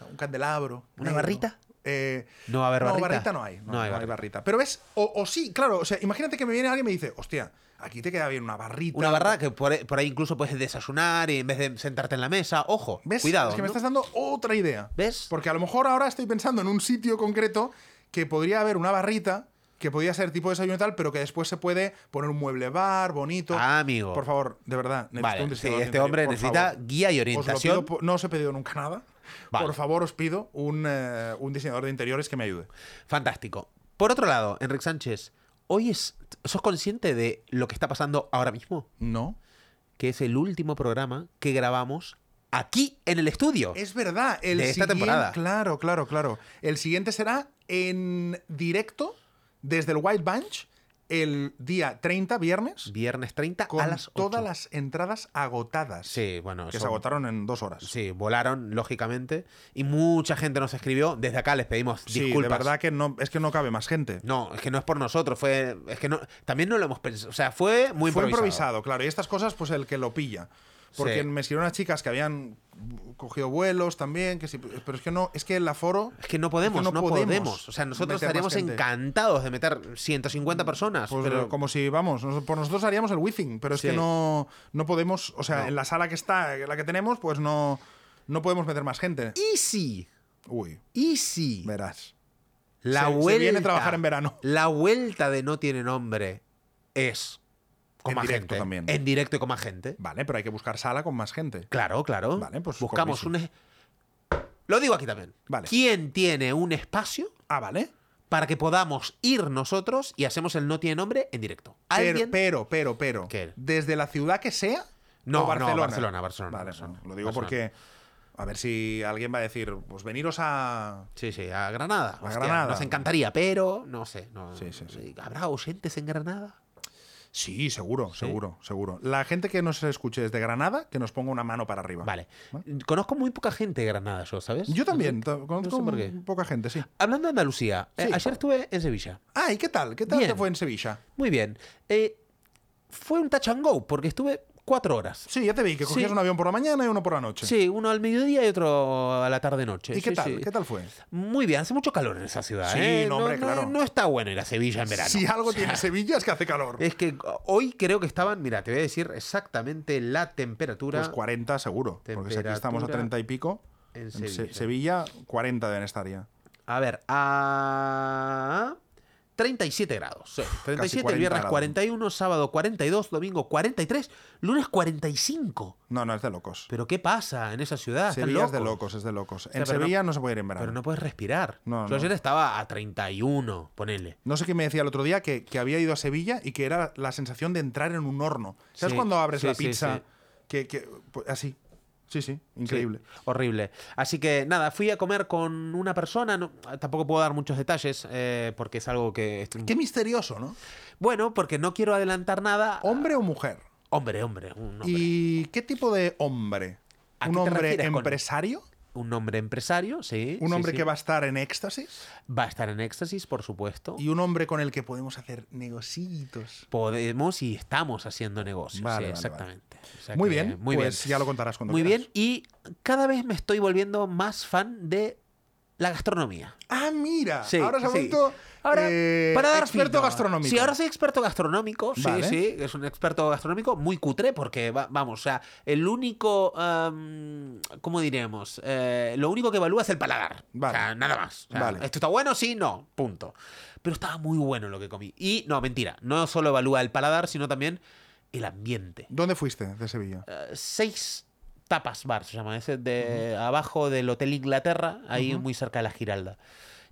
Speaker 1: un candelabro.
Speaker 2: ¿Una
Speaker 1: negro.
Speaker 2: barrita?
Speaker 1: Eh,
Speaker 2: No va a haber barrita.
Speaker 1: no hay. No, no hay barrita.
Speaker 2: barrita.
Speaker 1: Pero ves, o, o sí, claro. O sea, imagínate que me viene alguien y me dice, hostia, aquí te queda bien una barrita.
Speaker 2: Una barra que por, por ahí incluso puedes desayunar y en vez de sentarte en la mesa. Ojo,
Speaker 1: ¿Ves?
Speaker 2: cuidado.
Speaker 1: Es que me
Speaker 2: ¿no?
Speaker 1: estás dando otra idea.
Speaker 2: ¿Ves?
Speaker 1: Porque a lo mejor ahora estoy pensando en un sitio concreto que podría haber una barrita que podría ser tipo desayuno y tal, pero que después se puede poner un mueble bar bonito.
Speaker 2: Ah, amigo.
Speaker 1: Por favor, de verdad, necesito
Speaker 2: Vale,
Speaker 1: un
Speaker 2: sí,
Speaker 1: diseñador de
Speaker 2: este
Speaker 1: interior,
Speaker 2: hombre
Speaker 1: por
Speaker 2: necesita
Speaker 1: favor.
Speaker 2: guía y
Speaker 1: Os lo
Speaker 2: orientación.
Speaker 1: pido por- no os he pedido nunca nada.
Speaker 2: Vale.
Speaker 1: Por favor, os pido un, eh, un diseñador de interiores que me ayude.
Speaker 2: Fantástico. Por otro lado, Enrique Sánchez, hoy es. ¿Sos consciente de lo que está pasando ahora mismo?
Speaker 1: No.
Speaker 2: Que es el último programa que grabamos aquí en el estudio.
Speaker 1: Es verdad, el
Speaker 2: De esta
Speaker 1: siguiente-
Speaker 2: temporada.
Speaker 1: Claro, claro, claro. El siguiente será en directo desde el White Bunch el día 30, viernes,
Speaker 2: Viernes 30
Speaker 1: con
Speaker 2: a las 8.
Speaker 1: todas las entradas agotadas.
Speaker 2: Sí, bueno.
Speaker 1: que se
Speaker 2: son-
Speaker 1: agotaron en dos horas.
Speaker 2: Pues Sí, volaron, lógicamente. Y mucha gente nos escribió. Desde acá les pedimos
Speaker 1: Sí,
Speaker 2: disculpas.
Speaker 1: de verdad que no, es que no cabe más gente.
Speaker 2: No, es que no es por nosotros, fue. Es que no. También no lo hemos pensado. O sea, fue muy
Speaker 1: Fue
Speaker 2: improvisado.
Speaker 1: improvisado, claro. Y estas cosas, pues el que lo pilla. Porque
Speaker 2: Sí.
Speaker 1: me escribieron unas chicas que habían cogido vuelos también, que sí, pero es que no, es que el aforo.
Speaker 2: Es que no podemos,
Speaker 1: Es que
Speaker 2: no,
Speaker 1: no
Speaker 2: podemos.
Speaker 1: podemos
Speaker 2: O sea,
Speaker 1: meter
Speaker 2: nosotros
Speaker 1: más
Speaker 2: estaríamos
Speaker 1: gente.
Speaker 2: encantados de meter 150 personas.
Speaker 1: Pues,
Speaker 2: pero
Speaker 1: como si, vamos, nos- por nosotros haríamos el whiffing, pero es
Speaker 2: Sí.
Speaker 1: que no, no podemos, o sea,
Speaker 2: No.
Speaker 1: en la sala que está, en la que tenemos, pues no, no podemos meter más gente.
Speaker 2: Easy,
Speaker 1: Uy,
Speaker 2: easy.
Speaker 1: verás.
Speaker 2: La
Speaker 1: Se- se
Speaker 2: vuelta.
Speaker 1: viene a trabajar en verano.
Speaker 2: La vuelta de No Tiene Nombre es. Con
Speaker 1: En
Speaker 2: más
Speaker 1: directo
Speaker 2: gente.
Speaker 1: también.
Speaker 2: En directo y con más gente.
Speaker 1: Vale, pero hay que buscar sala con más gente.
Speaker 2: Claro, claro.
Speaker 1: Vale, pues,
Speaker 2: Buscamos un.
Speaker 1: corrísimo.
Speaker 2: es- Lo digo aquí también.
Speaker 1: Vale.
Speaker 2: ¿Quién tiene un espacio
Speaker 1: Ah, vale.
Speaker 2: para que podamos ir nosotros y hacemos el No Tiene Nombre en directo?
Speaker 1: Pero,
Speaker 2: ¿Alguien?
Speaker 1: pero, pero, pero.
Speaker 2: ¿Qué?
Speaker 1: Desde la ciudad que sea. o
Speaker 2: No, no,
Speaker 1: Barcelona.
Speaker 2: Barcelona, Barcelona,
Speaker 1: Vale,
Speaker 2: Barcelona,
Speaker 1: no, lo digo
Speaker 2: Barcelona.
Speaker 1: porque A ver si alguien va a decir, pues veniros a.
Speaker 2: Sí, sí, a Granada.
Speaker 1: A
Speaker 2: Hostia,
Speaker 1: Granada.
Speaker 2: Nos encantaría, pero no sé. no-
Speaker 1: Sí, sí, sí.
Speaker 2: ¿Habrá oyentes en Granada?
Speaker 1: Sí, seguro, seguro, seguro. La gente que nos escuche desde Granada, que nos ponga una mano para arriba.
Speaker 2: Vale. Conozco muy poca gente de Granada, yo, ¿sabes?
Speaker 1: Yo también, ta- conozco
Speaker 2: por qué.
Speaker 1: poca gente, sí.
Speaker 2: Hablando de Andalucía, eh,
Speaker 1: Sí.
Speaker 2: ayer estuve en Sevilla.
Speaker 1: Ah, ¿y qué tal? ¿Qué tal
Speaker 2: Bien.
Speaker 1: te fue en Sevilla?
Speaker 2: Muy bien. Eh, fue un touch and go, porque estuve cuatro horas.
Speaker 1: Sí, ya te vi, que cogías
Speaker 2: Sí.
Speaker 1: un avión por la mañana y uno por la noche.
Speaker 2: Sí, uno al mediodía y otro a la tarde-noche.
Speaker 1: ¿Y qué
Speaker 2: Sí,
Speaker 1: tal?
Speaker 2: sí.
Speaker 1: ¿Qué tal fue?
Speaker 2: Muy bien, hace mucho calor en esa ciudad.
Speaker 1: Sí,
Speaker 2: ¿eh?
Speaker 1: no, hombre, claro.
Speaker 2: No, está bueno ir a Sevilla en verano.
Speaker 1: Si algo tiene Sevilla es que hace calor.
Speaker 2: Es que hoy creo que estaban, mira, te voy a decir exactamente la temperatura
Speaker 1: Pues 40 seguro, porque si aquí estamos a
Speaker 2: Temperatura
Speaker 1: 30 y pico,
Speaker 2: en
Speaker 1: en
Speaker 2: Sevilla.
Speaker 1: Se- Sevilla 40 deben estar ya.
Speaker 2: A ver, a 37 grados. Sí, 37, el
Speaker 1: 40
Speaker 2: viernes
Speaker 1: grados.
Speaker 2: 41, sábado 42, domingo 43, lunes 45.
Speaker 1: No, no, es de locos.
Speaker 2: ¿Pero qué pasa en esa ciudad? Están
Speaker 1: Sevilla es de
Speaker 2: locos.
Speaker 1: locos, es de locos.
Speaker 2: sea,
Speaker 1: en
Speaker 2: pero no-
Speaker 1: Sevilla no, se puede ir en verano.
Speaker 2: Pero no puedes respirar.
Speaker 1: No,
Speaker 2: Yo
Speaker 1: no.
Speaker 2: ayer estaba a 31, ponele.
Speaker 1: No sé qué me decía el otro día que, que había ido a Sevilla y que era la sensación de entrar en un horno. ¿Sabes
Speaker 2: Sí,
Speaker 1: cuando abres
Speaker 2: sí,
Speaker 1: la
Speaker 2: sí,
Speaker 1: pizza?
Speaker 2: sí.
Speaker 1: Que, que- pues, así. Sí, sí, increíble.
Speaker 2: Sí, horrible. Así que nada, fui a comer con una persona. no- tampoco puedo dar muchos detalles eh, porque es algo que.
Speaker 1: Qué misterioso, ¿no?
Speaker 2: Bueno, porque no quiero adelantar nada.
Speaker 1: ¿Hombre o mujer?
Speaker 2: Hombre, hombre, un hombre.
Speaker 1: ¿Y qué tipo de hombre?
Speaker 2: ¿A
Speaker 1: ¿Un
Speaker 2: qué te
Speaker 1: hombre
Speaker 2: refieres con-
Speaker 1: empresario?
Speaker 2: Un hombre empresario, sí.
Speaker 1: ¿Un
Speaker 2: sí,
Speaker 1: hombre
Speaker 2: sí.
Speaker 1: que va a estar en éxtasis?
Speaker 2: Va a estar en éxtasis, por supuesto.
Speaker 1: ¿Y un hombre con el que podemos hacer negocitos?
Speaker 2: Podemos y estamos haciendo negocios.
Speaker 1: Vale,
Speaker 2: sí,
Speaker 1: vale,
Speaker 2: exactamente. O sea
Speaker 1: Muy
Speaker 2: que,
Speaker 1: bien,
Speaker 2: muy
Speaker 1: pues
Speaker 2: bien.
Speaker 1: ya lo contarás cuando
Speaker 2: Muy
Speaker 1: quieras.
Speaker 2: bien. Y cada vez me estoy volviendo más fan de la gastronomía.
Speaker 1: Ah, mira,
Speaker 2: Sí,
Speaker 1: ahora se ha
Speaker 2: sí.
Speaker 1: vuelto
Speaker 2: Ahora,
Speaker 1: eh,
Speaker 2: para dar
Speaker 1: experto
Speaker 2: fino.
Speaker 1: gastronómico.
Speaker 2: Sí, ahora soy experto gastronómico. Sí,
Speaker 1: Vale.
Speaker 2: sí, es un experto gastronómico muy cutre porque, va- vamos, o sea, el único, am, ¿cómo diremos? Eh, lo único que evalúa es el paladar.
Speaker 1: Vale.
Speaker 2: O sea, nada más. O sea,
Speaker 1: Vale.
Speaker 2: ¿Esto está bueno? Sí, no, punto. Pero estaba muy bueno lo que comí. Y, no, mentira, no solo evalúa el paladar, sino también el ambiente.
Speaker 1: ¿Dónde fuiste de Sevilla?
Speaker 2: Eh, seis tapas bar se llama ese de abajo del hotel Inglaterra ahí muy cerca de la Giralda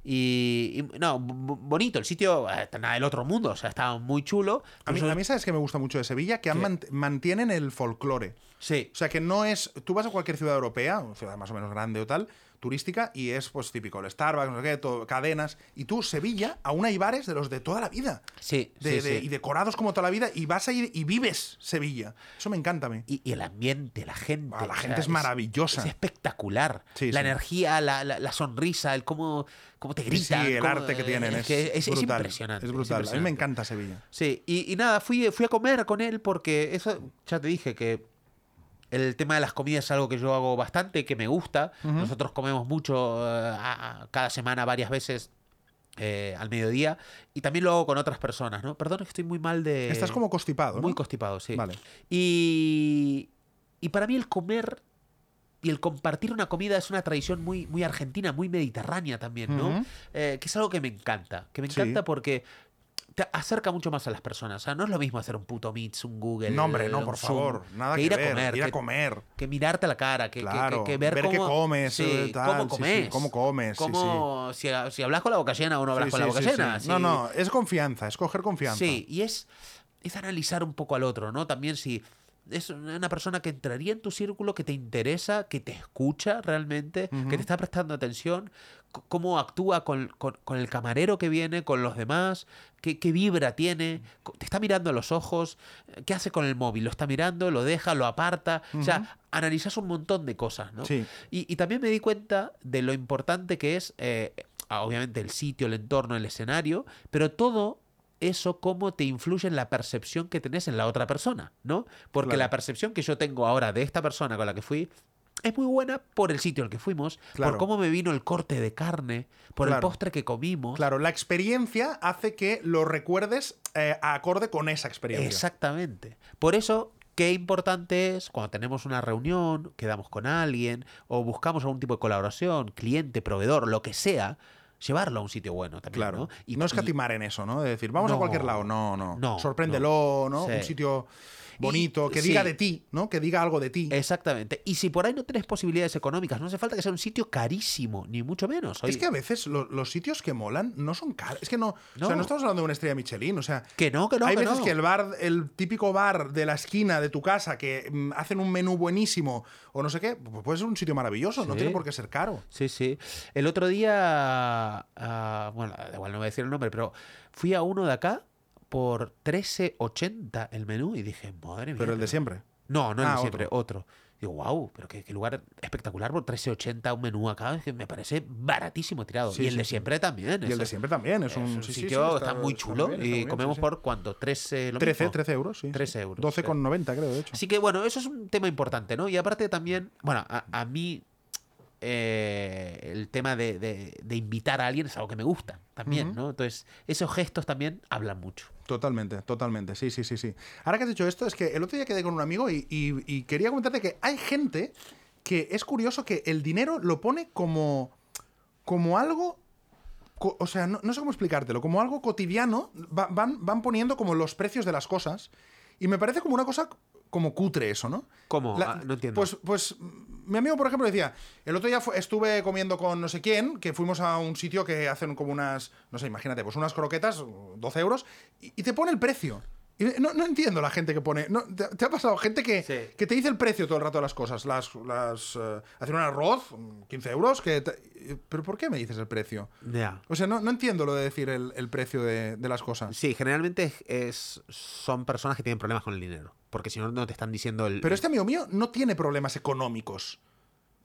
Speaker 2: y, y, no b- b- bonito el sitio eh, nada del otro mundo o sea estaba muy chulo
Speaker 1: A mí,
Speaker 2: Yo-
Speaker 1: a mí sabes que me gusta mucho de Sevilla, que han
Speaker 2: Pues ¿Qué?
Speaker 1: mant- mantienen el folclore.
Speaker 2: sí
Speaker 1: O sea, que no es. Tú vas a cualquier ciudad europea, una ciudad más o menos grande o tal, turística, y es pues típico, el Starbucks, no sé qué, todo- cadenas. Y tú, Sevilla, aún hay bares de los de toda la vida.
Speaker 2: sí,
Speaker 1: De-
Speaker 2: sí,
Speaker 1: de-
Speaker 2: sí.
Speaker 1: Y decorados como toda la vida, y vas a ir y vives Sevilla. Eso me encanta a mí.
Speaker 2: Y, y el ambiente, la gente.
Speaker 1: Ah, la gente es maravillosa.
Speaker 2: Es, espectacular.
Speaker 1: Sí,
Speaker 2: la
Speaker 1: sí.
Speaker 2: energía, la, la- la sonrisa, el cómo, cómo te
Speaker 1: Sí,
Speaker 2: gritan.
Speaker 1: el
Speaker 2: cómo-
Speaker 1: arte que tienen es,
Speaker 2: que es- es
Speaker 1: brutal.
Speaker 2: impresionante.
Speaker 1: Es brutal. A mí me
Speaker 2: impresionante.
Speaker 1: encanta Sevilla.
Speaker 2: Sí, y, y nada, fui, fui a comer con él porque eso, ya te dije que el tema de las comidas es algo que yo hago bastante, que me gusta. Nosotros comemos mucho eh, a- a- cada semana varias veces eh, al mediodía y también lo hago con otras personas, ¿no? Perdón, es que estoy muy mal de...
Speaker 1: Estás como constipado, ¿no?
Speaker 2: Muy constipado, sí.
Speaker 1: Vale.
Speaker 2: Y, y para mí el comer y el compartir una comida es una tradición muy, muy argentina, muy mediterránea también, ¿no?
Speaker 1: Ujú.
Speaker 2: Eh, que es algo que me encanta. Que me
Speaker 1: Sí.
Speaker 2: encanta porque te acerca mucho más a las personas. O sea, no es lo mismo hacer un puto Meets, un Google.
Speaker 1: No, hombre, no,
Speaker 2: un
Speaker 1: por
Speaker 2: Zoom,
Speaker 1: favor. Nada que,
Speaker 2: ir
Speaker 1: ver,
Speaker 2: a comer.
Speaker 1: Ir a
Speaker 2: que-
Speaker 1: comer.
Speaker 2: que mirarte a la cara, que, que- que-
Speaker 1: Claro,
Speaker 2: que ver,
Speaker 1: ver
Speaker 2: cómo,
Speaker 1: qué comes,
Speaker 2: sí,
Speaker 1: eh, tal,
Speaker 2: cómo
Speaker 1: sí, sí,
Speaker 2: comes,
Speaker 1: cómo comes, sí,
Speaker 2: cómo- Si, si hablas con la boca llena o no hablas
Speaker 1: Sí,
Speaker 2: con la
Speaker 1: sí,
Speaker 2: boca
Speaker 1: sí,
Speaker 2: llena.
Speaker 1: sí.
Speaker 2: si-
Speaker 1: No, no, es confianza, es coger confianza.
Speaker 2: Sí, y es, es analizar un poco al otro, ¿no? También si es una persona que entraría en tu círculo, que te interesa, que te escucha realmente, que te está prestando atención, c- cómo actúa con, con- con el camarero que viene, con los demás, qué, qué vibra tiene, co- te está mirando a los ojos, eh, qué hace con el móvil, lo está mirando, lo deja, lo aparta, o sea, analizas un montón de cosas, ¿no?
Speaker 1: Sí.
Speaker 2: Y, y también me di cuenta de lo importante que es, eh, ah, obviamente, el sitio, el entorno, el escenario, pero todo eso cómo te influye en la percepción que tenés en la otra persona, ¿no? Porque
Speaker 1: Claro.
Speaker 2: la percepción que yo tengo ahora de esta persona con la que fui es muy buena por el sitio al que fuimos, por
Speaker 1: Claro.
Speaker 2: cómo me vino el corte de carne, por el
Speaker 1: Claro.
Speaker 2: postre que comimos.
Speaker 1: Claro, la experiencia hace que lo recuerdes eh, acorde con esa experiencia.
Speaker 2: Exactamente. Por eso, qué importante es cuando tenemos una reunión, quedamos con alguien o buscamos algún tipo de colaboración, cliente, proveedor, lo que sea, llevarlo a un sitio bueno también.
Speaker 1: Claro.
Speaker 2: ¿no?
Speaker 1: Y, no escatimar en eso, ¿no? De decir, vamos a
Speaker 2: No.
Speaker 1: cualquier lado. No, no.
Speaker 2: No,
Speaker 1: Sorpréndelo, ¿no?
Speaker 2: no. Sí.
Speaker 1: Un sitio bonito,
Speaker 2: Y-
Speaker 1: que diga
Speaker 2: sí.
Speaker 1: de ti, ¿no? Que diga algo de ti.
Speaker 2: Exactamente. Y si por ahí no tenés posibilidades económicas, no hace falta que sea un sitio carísimo, ni mucho menos.
Speaker 1: Es
Speaker 2: Oye,
Speaker 1: que a veces lo- los sitios que molan no son caros. Es que no, O sea,
Speaker 2: No.
Speaker 1: no estamos hablando de una estrella Michelin. O sea,
Speaker 2: que no, que no,
Speaker 1: hay
Speaker 2: que
Speaker 1: veces
Speaker 2: no.
Speaker 1: que el bar, el típico bar de la esquina de tu casa que mm, hacen un menú buenísimo o no sé qué, pues puede ser un sitio maravilloso, no
Speaker 2: Sí.
Speaker 1: tiene por qué ser caro.
Speaker 2: Sí, sí. El otro día, ah, bueno, da igual no voy a decir el nombre, pero fui a uno de acá por 13.80 el menú y dije, madre mía.
Speaker 1: Pero el de
Speaker 2: pero-
Speaker 1: siempre.
Speaker 2: No, no el
Speaker 1: Ah,
Speaker 2: de
Speaker 1: otro.
Speaker 2: siempre, otro. Digo, wow, pero qué, qué lugar espectacular por 13.80 un menú acá, es que me parece baratísimo tirado.
Speaker 1: Sí,
Speaker 2: y el
Speaker 1: sí,
Speaker 2: de
Speaker 1: sí.
Speaker 2: siempre también.
Speaker 1: Y el de
Speaker 2: eso.
Speaker 1: siempre también. Es,
Speaker 2: Es un,
Speaker 1: sí, sí, sí,
Speaker 2: sitio, está, muy
Speaker 1: está
Speaker 2: chulo
Speaker 1: bien, está
Speaker 2: y
Speaker 1: muy bien,
Speaker 2: comemos
Speaker 1: sí, sí.
Speaker 2: por cuánto, 13, lo
Speaker 1: 13,
Speaker 2: mismo?
Speaker 1: 13 euros, sí.
Speaker 2: 13 euros,
Speaker 1: 12,90 creo, de hecho.
Speaker 2: Así que bueno, eso es un tema importante, ¿no? Y aparte también, bueno, a, a mí eh, el tema de, de- de invitar a alguien es algo que me gusta también,
Speaker 1: Ujú.
Speaker 2: ¿no? Entonces, esos gestos también hablan mucho.
Speaker 1: Totalmente, totalmente. Sí, sí, sí, sí. Ahora que has dicho esto, es que el otro día quedé con un amigo y, y- y quería comentarte que hay gente que es curioso que el dinero lo pone como, como algo. co- O sea, no, no sé cómo explicártelo, como algo cotidiano, va- van, van poniendo como los precios de las cosas. Y me parece como una cosa como cutre eso, ¿no?
Speaker 2: ¿Cómo?
Speaker 1: La-
Speaker 2: Ah, no entiendo.
Speaker 1: Pues, pues mm, mi amigo, por ejemplo, decía, el otro día fu- estuve comiendo con no sé quién, que fuimos a un sitio que hacen como unas, no sé, imagínate, pues unas croquetas, 12 euros, y, y te pone el precio. Y no, no entiendo la gente que pone... no, te, te ha pasado gente que,
Speaker 2: Sí.
Speaker 1: que te dice el precio todo el rato de las cosas? Las, las eh, Hacer un arroz, mm, 15 euros, que... te- eh, ¿Pero por qué me dices el precio?
Speaker 2: Ya.
Speaker 1: O sea, no, no entiendo lo de decir el, el precio de, de las cosas.
Speaker 2: Sí, generalmente es, es- son personas que tienen problemas con el dinero, porque si no, no te están diciendo el...
Speaker 1: Pero este amigo mío no tiene problemas económicos.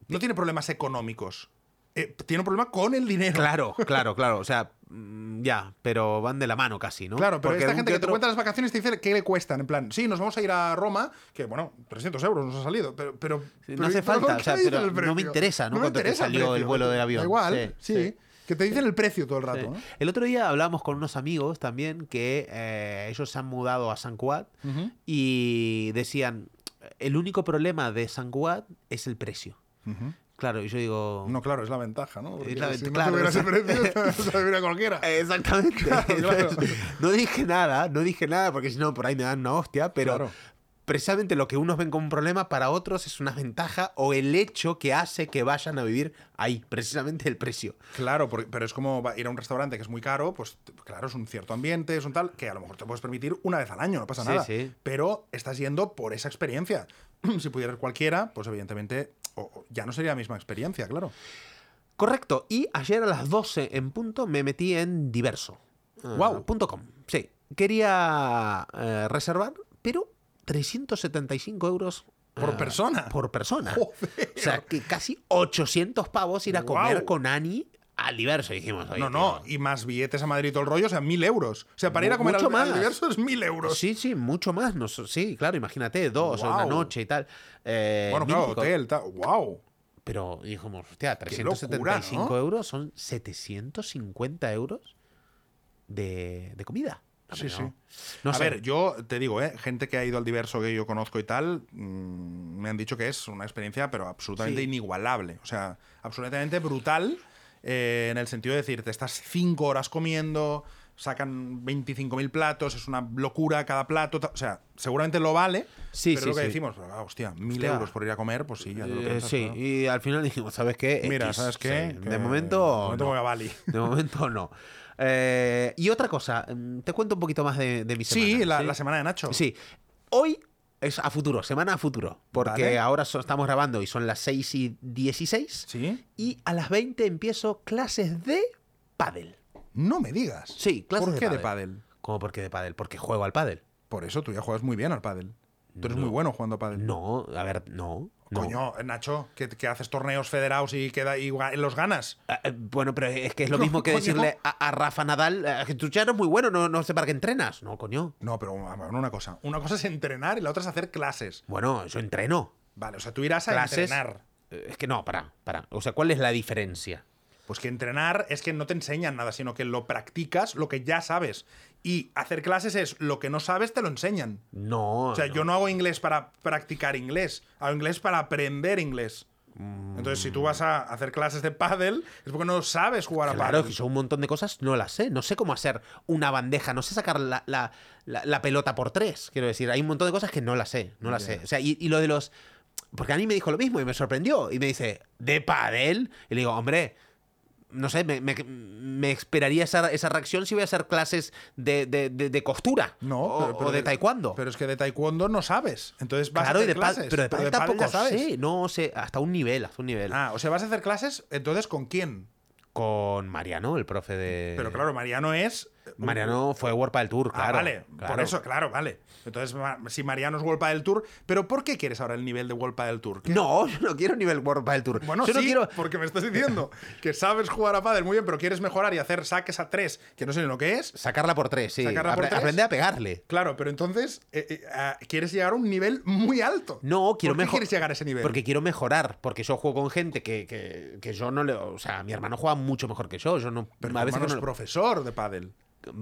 Speaker 1: No tiene problemas económicos. Eh, tiene un problema con el dinero.
Speaker 2: Claro, claro, claro. O sea, mm, ya, pero van de la mano casi, ¿no?
Speaker 1: Claro, pero
Speaker 2: Porque
Speaker 1: esta
Speaker 2: algún
Speaker 1: gente que te
Speaker 2: otro-
Speaker 1: cuenta las vacaciones te dice qué le cuestan. En plan, sí, nos vamos a ir a Roma, que bueno, 300 euros nos ha salido, pero. pero
Speaker 2: Sí, no
Speaker 1: pero-
Speaker 2: hace
Speaker 1: pero
Speaker 2: falta,
Speaker 1: ¿por
Speaker 2: o
Speaker 1: qué
Speaker 2: sea,
Speaker 1: me dicen
Speaker 2: pero
Speaker 1: el
Speaker 2: no me
Speaker 1: precio?
Speaker 2: interesa, ¿no?
Speaker 1: me
Speaker 2: Cuánto te
Speaker 1: interesa el
Speaker 2: salió el
Speaker 1: precio.
Speaker 2: vuelo del
Speaker 1: Da
Speaker 2: avión.
Speaker 1: igual, sí.
Speaker 2: Sí, sí.
Speaker 1: Que te dicen el precio todo el
Speaker 2: Sí.
Speaker 1: rato, ¿eh? ¿no?
Speaker 2: El otro día hablábamos con unos amigos también que eh, ellos se han mudado a San Cuat
Speaker 1: Ujú.
Speaker 2: y decían, el único problema de San Cuat es el precio. Claro, y yo digo...
Speaker 1: No, claro, es la ventaja, ¿no? Porque
Speaker 2: Es la
Speaker 1: si
Speaker 2: venta-
Speaker 1: no
Speaker 2: claro,
Speaker 1: tuviera ese
Speaker 2: o sea-
Speaker 1: precio, se lo hubiera cualquiera.
Speaker 2: Eh, Exactamente.
Speaker 1: claro.
Speaker 2: Entonces, No dije nada, no dije nada porque si no por ahí me dan una hostia, pero
Speaker 1: Claro.
Speaker 2: precisamente lo que unos ven como un problema para otros es una ventaja o el hecho que hace que vayan a vivir ahí, precisamente el precio.
Speaker 1: Claro, porque- pero es como va- ir a un restaurante que es muy caro, pues t- claro, es un cierto ambiente, es un tal, que a lo mejor te puedes permitir una vez al año, no pasa
Speaker 2: Sí,
Speaker 1: nada.
Speaker 2: sí.
Speaker 1: Pero estás yendo por esa experiencia. si pudiera ir cualquiera, pues evidentemente o- o ya no sería la misma experiencia, claro.
Speaker 2: Correcto. Y ayer a las 12 en punto me metí en diverso. Ah,
Speaker 1: Guau.
Speaker 2: punto com. Sí. Quería eh, reservar, pero 375 euros.
Speaker 1: Por
Speaker 2: ah,
Speaker 1: persona.
Speaker 2: Por persona.
Speaker 1: Joder.
Speaker 2: O sea, que casi 800 pavos ir a
Speaker 1: Guau.
Speaker 2: comer con Ani al diverso, dijimos. oye,
Speaker 1: no, no,
Speaker 2: tío.
Speaker 1: y más billetes a Madrid y todo el rollo, o sea, mil euros. O sea, para ir a comer al,
Speaker 2: Mucho
Speaker 1: al
Speaker 2: más.
Speaker 1: diverso es mil euros.
Speaker 2: Sí, sí, mucho más. No, sé, sí, claro, imagínate, dos o una
Speaker 1: Guau.
Speaker 2: noche y tal. Eh,
Speaker 1: bueno,
Speaker 2: mil
Speaker 1: claro,
Speaker 2: pico.
Speaker 1: hotel, tal. ¡Wow!
Speaker 2: Pero dijimos, hostia,
Speaker 1: Qué locura,
Speaker 2: 375
Speaker 1: ¿no?
Speaker 2: euros son 750 euros de, de comida. No,
Speaker 1: Sí,
Speaker 2: pero- No
Speaker 1: a
Speaker 2: sé.
Speaker 1: ver, yo te digo, ¿eh? gente que ha ido al diverso que yo conozco y tal, mm, me han dicho que es una experiencia, pero absolutamente
Speaker 2: Sí.
Speaker 1: inigualable. O sea, absolutamente brutal eh, en el sentido de decir, te estás cinco horas comiendo, sacan 25.000 platos, es una locura cada plato. ta- O sea, seguramente lo vale,
Speaker 2: Sí,
Speaker 1: pero
Speaker 2: sí,
Speaker 1: lo que
Speaker 2: sí.
Speaker 1: decimos, pero, ah, hostia, mil
Speaker 2: Hostia.
Speaker 1: euros por ir a comer, pues sí, ya te lo
Speaker 2: Eh,
Speaker 1: piensas,
Speaker 2: sí,
Speaker 1: claro.
Speaker 2: y al final dijimos, ¿sabes qué?
Speaker 1: Mira,
Speaker 2: X,
Speaker 1: ¿sabes qué?
Speaker 2: sí,
Speaker 1: Que
Speaker 2: de
Speaker 1: de
Speaker 2: momento.
Speaker 1: momento
Speaker 2: no.
Speaker 1: voy a Bali.
Speaker 2: De momento no. Eh, y otra cosa, mm, te cuento un poquito más de, de mi semana.
Speaker 1: Sí, la, la semana de Nacho.
Speaker 2: Sí. Hoy es a futuro, semana a futuro. Porque
Speaker 1: Vale.
Speaker 2: ahora so- estamos grabando y son las 6 y 16.
Speaker 1: ¿Sí?
Speaker 2: Y a las 20 empiezo clases de pádel.
Speaker 1: No me digas.
Speaker 2: Sí, clases
Speaker 1: ¿Por qué de
Speaker 2: pádel.
Speaker 1: pádel?
Speaker 2: ¿Cómo por qué de pádel? Porque juego al pádel.
Speaker 1: Por eso tú ya juegas muy bien al pádel. Tú eres
Speaker 2: No.
Speaker 1: muy bueno jugando a pádel.
Speaker 2: No, a ver, no. no.
Speaker 1: Coño, Nacho, que, que haces torneos federados y, queda, y gua- los ganas.
Speaker 2: Ah, eh, Bueno, pero es que es lo
Speaker 1: Co-
Speaker 2: mismo que
Speaker 1: coño.
Speaker 2: decirle a, a Rafa Nadal, eh, que tú ya eres muy bueno, no, no sé para qué entrenas. No, coño.
Speaker 1: No, pero bueno, una cosa. Una cosa es entrenar y la otra es hacer clases.
Speaker 2: Bueno, yo entreno.
Speaker 1: Vale, o sea, tú irás a
Speaker 2: Clases.
Speaker 1: entrenar.
Speaker 2: Eh, Es que no, para, para. O sea, ¿cuál es la diferencia?
Speaker 1: Pues que entrenar es que no te enseñan nada, sino que lo practicas, lo que ya sabes. Y hacer clases es lo que no sabes, te lo enseñan.
Speaker 2: No.
Speaker 1: O sea, yo no hago inglés para practicar inglés, hago inglés para aprender inglés.
Speaker 2: Mm.
Speaker 1: Entonces, si tú vas a hacer clases de pádel, es porque no sabes jugar a
Speaker 2: Claro,
Speaker 1: pádel.
Speaker 2: que yo un montón de cosas no las sé. No sé cómo hacer una bandeja, no sé sacar la, la- la- la pelota por tres. Quiero decir, hay un montón de cosas que no las sé, no las
Speaker 1: Ya.
Speaker 2: sé. O sea, y, y lo de los. Porque a mí me dijo lo mismo y me sorprendió. Y me dice, ¿de pádel? Y le digo, hombre. No sé, me, me- me esperaría esa, esa reacción si voy a hacer clases de, de- de- de costura
Speaker 1: No,
Speaker 2: o,
Speaker 1: pero- pero
Speaker 2: o de taekwondo.
Speaker 1: Pero es que de taekwondo no sabes. Entonces vas
Speaker 2: claro,
Speaker 1: a
Speaker 2: y
Speaker 1: hacer
Speaker 2: de pádel-
Speaker 1: clases.
Speaker 2: pero de pádel
Speaker 1: ya
Speaker 2: tampoco
Speaker 1: sabes.
Speaker 2: sé. No sé, hasta un nivel, hasta un nivel.
Speaker 1: Ah, o sea, vas a hacer clases, entonces ¿con quién?
Speaker 2: Con Mariano, el profe de.
Speaker 1: Pero claro, Mariano es.
Speaker 2: Mariano fue World del Tour,
Speaker 1: Ah,
Speaker 2: claro.
Speaker 1: vale.
Speaker 2: claro.
Speaker 1: Por eso, claro, vale. Entonces, ma- si Mariano es World del Tour, ¿pero por qué quieres ahora el nivel de World del Tour? ¿Qué-
Speaker 2: No, yo no quiero nivel World del Tour.
Speaker 1: Bueno,
Speaker 2: yo
Speaker 1: sí,
Speaker 2: no quiero.
Speaker 1: porque me estás diciendo que sabes jugar a pádel muy bien, pero quieres mejorar y hacer saques a tres, que no sé ni lo que es.
Speaker 2: Sacarla por tres, sí.
Speaker 1: ¿Sacarla por tres?
Speaker 2: Aprender a pegarle.
Speaker 1: Claro, pero entonces eh, eh, ah, quieres llegar a un nivel muy alto.
Speaker 2: No, quiero
Speaker 1: ¿Por qué
Speaker 2: mejor-
Speaker 1: quieres llegar a ese nivel?
Speaker 2: Porque quiero mejorar, porque yo juego con gente que, que- que yo no le. O sea, mi hermano juega mucho mejor que yo. Yo no.
Speaker 1: pero
Speaker 2: a veces
Speaker 1: hermano
Speaker 2: que
Speaker 1: es
Speaker 2: no-
Speaker 1: profesor de pádel.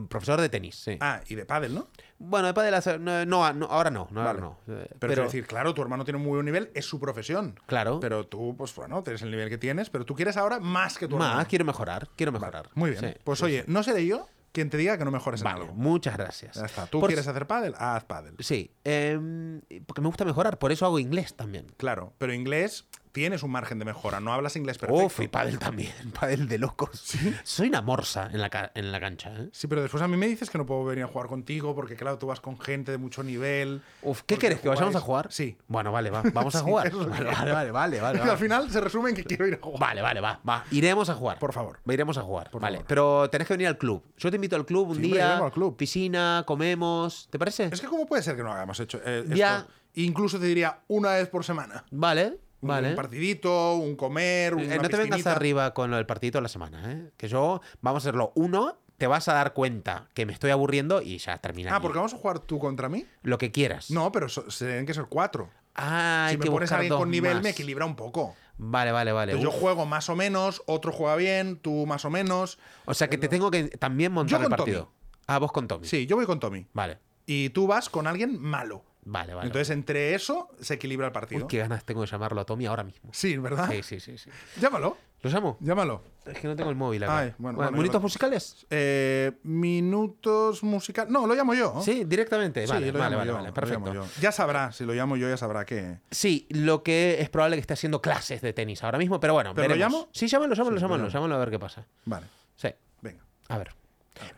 Speaker 2: profesor de tenis, sí.
Speaker 1: Ah, y de pádel, ¿no?
Speaker 2: Bueno, de pádel hace- no, no, no, ahora no, no, ahora
Speaker 1: Vale.
Speaker 2: no. Eh,
Speaker 1: Pero, quiero decir, claro, tu hermano tiene un muy buen nivel, es su profesión.
Speaker 2: Claro.
Speaker 1: Pero tú, pues bueno, tienes el nivel que tienes, pero tú quieres ahora más que tu hermano.
Speaker 2: más, quiero mejorar, quiero mejorar.
Speaker 1: Muy bien.
Speaker 2: Sí,
Speaker 1: pues
Speaker 2: sí,
Speaker 1: oye,
Speaker 2: sí.
Speaker 1: no seré yo quien te diga que no mejores en
Speaker 2: Vale,
Speaker 1: algo.
Speaker 2: muchas gracias.
Speaker 1: Ya está. Tú
Speaker 2: Por-
Speaker 1: quieres hacer pádel, haz pádel.
Speaker 2: Sí, em, porque me gusta mejorar, por eso hago inglés también.
Speaker 1: Claro, pero inglés tienes un margen de mejora, no hablas inglés perfecto.
Speaker 2: Uf, y pádel también, pádel de locos. Soy una morsa en la, ca- en la cancha. ¿eh?
Speaker 1: Sí, pero después a mí me dices que no puedo venir a jugar contigo porque, claro, tú vas con gente de mucho nivel.
Speaker 2: Uf, ¿qué
Speaker 1: porque
Speaker 2: quieres? ¿Que vayamos a
Speaker 1: jugáis-
Speaker 2: jugar?
Speaker 1: Sí.
Speaker 2: Bueno, vale, va, vamos a
Speaker 1: Sí,
Speaker 2: jugar.
Speaker 1: eso es lo
Speaker 2: Vale,
Speaker 1: que-
Speaker 2: vale, vale, vale, vale.
Speaker 1: Al
Speaker 2: Vale,
Speaker 1: final se resume en que quiero ir a jugar.
Speaker 2: Vale, vale, va, va. Iremos a jugar.
Speaker 1: Por favor.
Speaker 2: Iremos a jugar.
Speaker 1: Por
Speaker 2: vale,
Speaker 1: favor.
Speaker 2: pero tenés que venir al club. Yo te invito al club un
Speaker 1: Sí, hombre,
Speaker 2: día.
Speaker 1: vengo al club.
Speaker 2: Piscina, comemos. ¿Te parece?
Speaker 1: Es que, ¿cómo puede ser que no hagamos hecho eh, esto?
Speaker 2: Ya.
Speaker 1: Incluso te diría una vez por semana.
Speaker 2: Vale,
Speaker 1: Un-
Speaker 2: vale.
Speaker 1: Un partidito, un comer, una
Speaker 2: Eh, no te vengas
Speaker 1: piscinita.
Speaker 2: arriba con lo del partidito de la semana, ¿eh? Que yo, vamos a hacerlo. Uno, te vas a dar cuenta que me estoy aburriendo y ya terminamos.
Speaker 1: Ah, porque vamos a jugar tú contra mí.
Speaker 2: Lo que quieras.
Speaker 1: No, pero so- se tienen que ser cuatro.
Speaker 2: Ah, hay
Speaker 1: si me
Speaker 2: que
Speaker 1: pones a
Speaker 2: buscar
Speaker 1: alguien
Speaker 2: dos
Speaker 1: con nivel,
Speaker 2: más.
Speaker 1: me equilibra un poco.
Speaker 2: Vale, vale, vale.
Speaker 1: Entonces, yo
Speaker 2: Uf.
Speaker 1: juego más o menos, otro juega bien, tú más o menos.
Speaker 2: O sea que te tengo que también
Speaker 1: Yo
Speaker 2: montar el
Speaker 1: con
Speaker 2: partido. Ah, vos con Tommy.
Speaker 1: Sí, yo voy con Tommy.
Speaker 2: Vale,
Speaker 1: Y tú vas con alguien malo.
Speaker 2: vale, vale.
Speaker 1: Entonces, entre eso se equilibra el
Speaker 2: Uy,
Speaker 1: partido. Ah.
Speaker 2: qué ganas tengo de llamarlo a Tommy ahora mismo.
Speaker 1: sí, ¿verdad?
Speaker 2: Sí, sí, sí, sí.
Speaker 1: Llámalo,
Speaker 2: ¿Lo llamo?
Speaker 1: llámalo.
Speaker 2: Es que no tengo el móvil acá.
Speaker 1: Ay, bueno, bueno,
Speaker 2: ¿Monitos
Speaker 1: yo-
Speaker 2: musicales?
Speaker 1: Eh, minutos musical. No, lo llamo yo.
Speaker 2: Sí, directamente.
Speaker 1: Sí,
Speaker 2: Vale,
Speaker 1: lo
Speaker 2: vale,
Speaker 1: llamo
Speaker 2: vale,
Speaker 1: yo,
Speaker 2: vale,
Speaker 1: lo
Speaker 2: perfecto.
Speaker 1: llamo yo. Ya sabrá, si lo llamo yo, ya sabrá que.
Speaker 2: Sí, lo que es probable que esté haciendo clases de tenis ahora mismo, pero bueno,
Speaker 1: ¿Pero lo
Speaker 2: veremos.
Speaker 1: llamo?
Speaker 2: Sí, llámalo, llámalo,
Speaker 1: Sí, lo
Speaker 2: llámalo,
Speaker 1: llamo.
Speaker 2: llámalo a ver qué pasa.
Speaker 1: Vale,
Speaker 2: Sí,
Speaker 1: venga.
Speaker 2: a ver.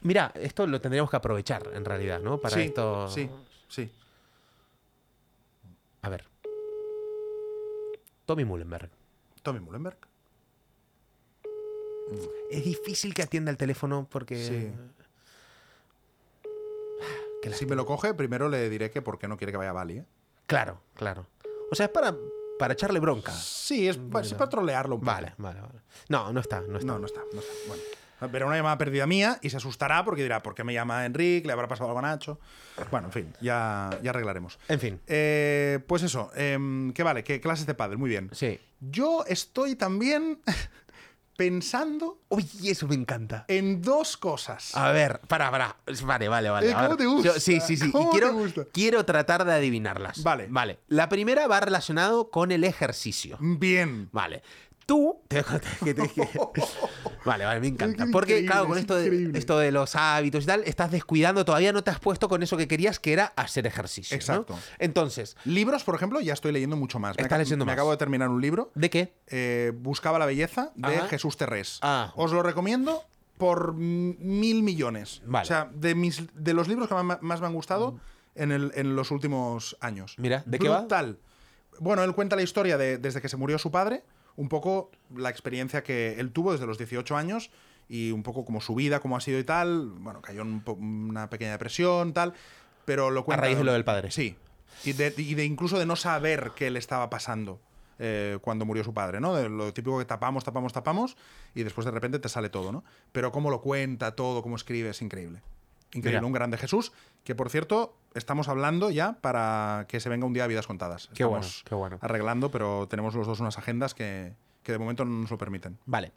Speaker 2: Mira, esto lo tendríamos que aprovechar en realidad, ¿no? Para
Speaker 1: sí,
Speaker 2: esto.
Speaker 1: sí, sí.
Speaker 2: A ver. Tommy Mullenberg.
Speaker 1: Tommy Mullenberg.
Speaker 2: Es difícil que atienda el teléfono porque.
Speaker 1: Sí.
Speaker 2: Qué
Speaker 1: Si me lo coge, primero le diré que por qué no quiere que vaya a Bali. ¿eh?
Speaker 2: Claro, claro. O sea, es para, para echarle bronca.
Speaker 1: Sí, es, pa- es para trolearlo un poco.
Speaker 2: Vale, vale, vale. No, no está, no está.
Speaker 1: No, no está, no está. Bueno. Verá una llamada perdida mía y se asustará porque dirá, ¿por qué me llama Enrique? ¿Le habrá pasado algo a Nacho? Bueno, en fin, ya, ya arreglaremos.
Speaker 2: En fin,
Speaker 1: Eh, pues eso, em, que vale, que clases de pádel, muy bien.
Speaker 2: sí.
Speaker 1: Yo estoy también pensando
Speaker 2: Uy, eso me encanta.
Speaker 1: en dos cosas.
Speaker 2: A ver, para, para. Vale, vale, vale.
Speaker 1: Eh,
Speaker 2: a ver.
Speaker 1: ¿cómo te gusta?
Speaker 2: Yo- sí, sí, sí. Y
Speaker 1: ¿Cómo te
Speaker 2: quiero,
Speaker 1: gusta?
Speaker 2: quiero tratar de adivinarlas.
Speaker 1: Vale.
Speaker 2: Vale. La primera va relacionado con el ejercicio.
Speaker 1: Bien.
Speaker 2: Vale. Tú. te voy a contar que te- que- Vale, vale, me encanta.
Speaker 1: Es
Speaker 2: Porque,
Speaker 1: increíble,
Speaker 2: claro, con
Speaker 1: es
Speaker 2: esto de,
Speaker 1: increíble.
Speaker 2: esto de los hábitos y tal, estás descuidando, todavía no te has puesto con eso que querías, que era hacer ejercicio. ¿no?
Speaker 1: Exacto.
Speaker 2: Entonces,
Speaker 1: Libros, por ejemplo, ya estoy leyendo mucho más. Me
Speaker 2: Estás
Speaker 1: aca-
Speaker 2: leyendo
Speaker 1: me
Speaker 2: más.
Speaker 1: acabo de terminar un libro
Speaker 2: ¿de qué?
Speaker 1: eh, Buscaba la belleza de
Speaker 2: Ajá.
Speaker 1: Jesús Terrés.
Speaker 2: Ah.
Speaker 1: Os lo recomiendo por m- mil millones.
Speaker 2: Vale.
Speaker 1: O sea, de, mis, de los libros que ma- más me han gustado en, el- en los últimos años.
Speaker 2: Mira, ¿de qué va?
Speaker 1: Brutal. Bueno, él cuenta la historia de, desde que se murió su padre, un poco la experiencia que él tuvo desde los 18 años y un poco como su vida, cómo ha sido y tal. Bueno, cayó en un po- una pequeña depresión, tal. Pero lo cuenta.
Speaker 2: raíz de lo del padre.
Speaker 1: Sí. Y de, y de incluso de no saber qué le estaba pasando eh, cuando murió su padre, ¿no? De lo típico que tapamos, tapamos, tapamos y después de repente te sale todo, ¿no? Pero cómo lo cuenta todo, cómo escribe, es increíble. Increíble,
Speaker 2: Mira.
Speaker 1: un grande Jesús, que por cierto, estamos hablando ya para que se venga un día a Vidas Contadas.
Speaker 2: Qué bueno,
Speaker 1: Estamos
Speaker 2: qué bueno.
Speaker 1: Arreglando, pero tenemos los dos unas agendas que, que de momento no nos lo permiten.
Speaker 2: Vale.